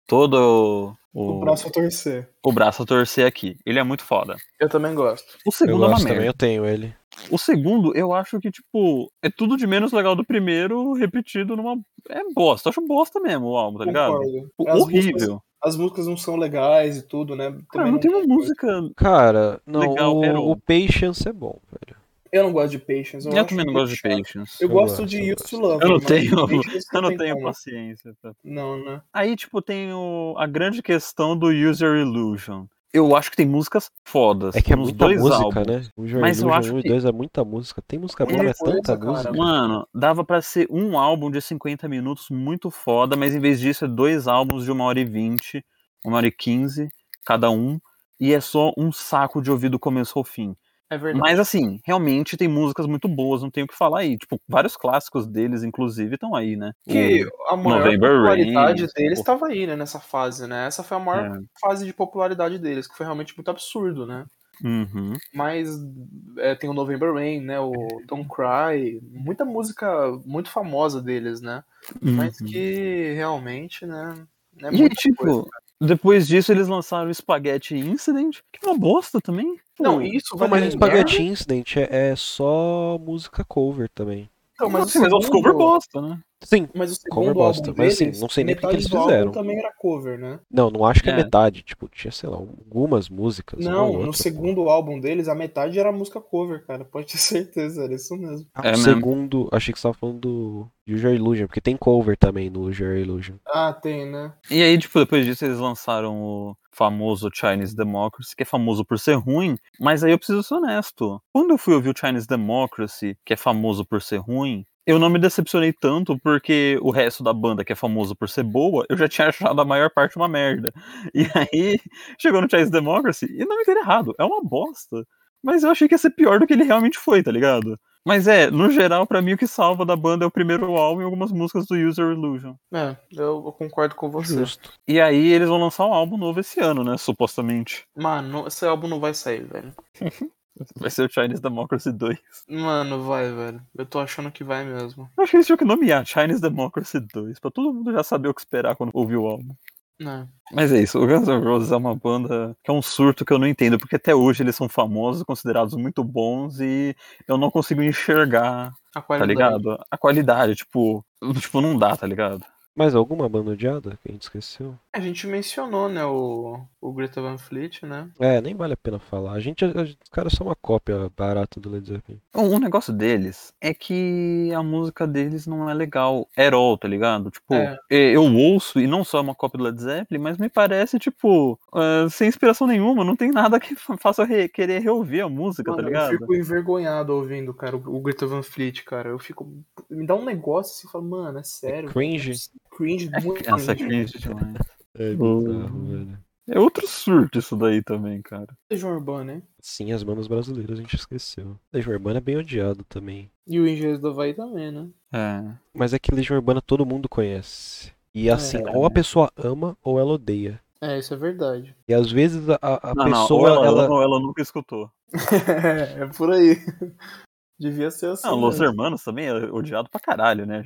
C: todo o,
A: O braço a torcer.
C: o braço a torcer aqui. Ele é muito foda.
A: Eu também gosto.
C: O
B: eu
C: segundo é uma
B: gosto
C: merda.
B: também, eu tenho ele.
C: O segundo, eu acho que, tipo, é tudo de menos legal do primeiro, repetido numa. É bosta. Eu acho bosta mesmo o álbum, tá ligado?
A: Concordo.
C: Tipo,
A: As músicas,
C: horrível.
A: as músicas não são legais e tudo, né?
C: Cara,
A: Também
C: Ah, não tem uma música.
B: Cara, não,
C: Legal, era
B: o,
C: um.
B: o Patience é bom, velho.
A: Eu não gosto de Patience. Eu,
C: Eu,
A: acho
C: também não
A: muito
C: gosto de
A: chato.
C: Patience.
A: Eu,
B: Eu
A: gosto
B: gosto,
A: de
B: eu
A: Used to
B: gosto.
A: Love.
C: Eu não
A: mas
C: tenho-
A: Patience
C: Eu não
A: tem
C: tenho
A: como.
C: paciência. pra-
A: Não, né?
C: Aí, tipo, tem o... a grande questão do User Illusion. Eu acho que tem músicas fodas.
B: É que é
C: nos
B: muita
C: dois
B: música,
C: álbuns.
B: né? O Joy
C: Mas eu
B: Illusion
C: acho
B: 1 e
C: que-
B: 2 é muita música. Tem música boa,
A: Muita
B: mas é tanta
A: coisa, cara.
B: música.
C: Mano, dava pra ser um álbum de 50 minutos muito foda, mas em vez disso é dois álbuns de uma hora e 20, uma hora e 15, cada um, e é só um saco de ouvido do começo ao fim.
A: É
C: Mas assim, realmente tem músicas muito boas, não tenho o que falar aí. Tipo, vários clássicos deles, inclusive, estão aí, né?
A: Que a maior
C: November
A: popularidade
C: Rain,
A: deles
C: pô.
A: estava aí, né? Nessa fase, né? Essa foi a
C: O...
A: maior
C: É.
A: fase de popularidade deles, que foi realmente muito absurdo, né?
C: Uhum.
A: Mas é, tem o November Rain, né? O
C: É.
A: Don't Cry, muita música muito famosa deles, né? Mas
C: uhum.
A: que realmente, né? É
C: E aí,
A: muita coisa.
C: tipo, depois disso eles lançaram o Spaghetti Incident, que é uma bosta também. Pô,
A: Não, então, isso
B: Não,
A: vai
B: mas o
A: lembrar-
B: Spaghetti Incident é, é só música cover também.
A: Então, mas,
C: assim, mas é
A: o
C: um cover
A: segundo,
C: bosta, né?
B: Sim.
A: mas o segundo
B: Cover
A: álbum
B: bosta, mas assim,
A: deles,
B: não sei nem porque que
A: metade
B: eles
A: do álbum
B: fizeram.
A: também era cover, né?
B: Não, não acho que é,
C: É.
B: metade. Tipo, tinha, sei lá, algumas músicas. uma ou
A: Não, no
B: outra.
A: segundo álbum deles, a metade era música cover, cara. Pode ter certeza, era isso mesmo.
B: Ah,
C: É
B: o
C: mesmo.
B: segundo, achei que você tava falando do User Illusion, porque tem cover também no User Illusion.
A: Ah, tem, né?
C: E aí, tipo, depois disso eles lançaram o famoso Chinese Democracy, que é famoso por ser ruim, mas aí eu preciso ser honesto. Quando eu fui ouvir o Chinese Democracy, que é famoso por ser ruim, eu não me decepcionei tanto porque o resto da banda, que é famoso por ser boa, eu já tinha achado a maior parte uma merda. E aí, chegou no Chinese Democracy, e não me entendo errado, é uma bosta. Mas eu achei que ia ser pior do que ele realmente foi, tá ligado? Mas é, no geral, pra mim o que salva da banda é o primeiro álbum e algumas músicas do User Illusion.
A: É, eu eu concordo com você.
B: Justo.
C: E aí eles vão lançar um álbum novo esse ano, né? Supostamente.
A: Mano, esse álbum não vai sair, velho.
C: Vai ser o Chinese Democracy 2.
A: Mano, vai, velho. Eu tô achando que vai mesmo.
C: Eu acho que eles tinham que nomear Chinese Democracy 2, pra todo mundo já saber o que esperar quando ouvir o álbum.
A: Né?
C: Mas é isso, o Guns N' Roses é uma banda que é um surto que eu não entendo, porque até hoje eles são famosos, considerados muito bons, e eu não consigo enxergar,
A: A
C: tá
A: qualidade.
C: ligado? A qualidade, tipo, tipo, não dá, tá ligado?
B: Mais alguma banda odiada que a gente esqueceu?
A: A gente mencionou, né, o, o Greta Van Fleet, né?
B: É, nem vale a pena falar. A gente, a- os caras são uma cópia barata do Led Zeppelin.
C: Um um negócio deles é que a música deles não é legal at all, tá ligado? Tipo,
A: É.
C: é, eu ouço, e não só é uma cópia do Led Zeppelin, mas me parece, tipo, ah, sem inspiração nenhuma, não tem nada que fa- faça eu re- querer reouvir a música,
A: Mano,
C: tá
A: eu
C: ligado?
A: fico envergonhado ouvindo, cara, o Greta Van Fleet, cara. Eu fico. Me dá um negócio assim, eu falo, mano, é sério.
B: Cringe.
A: Cringe, muito cringe.
C: Nossa, é cringe demais.
B: É
C: Hum.
B: bizarro,
A: né? né?
B: velho. é é
C: é É.
B: assim,
A: É, É assim, né?
C: é né?
B: É, tipo, é
A: assim, Tipo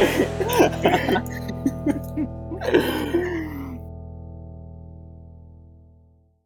A: é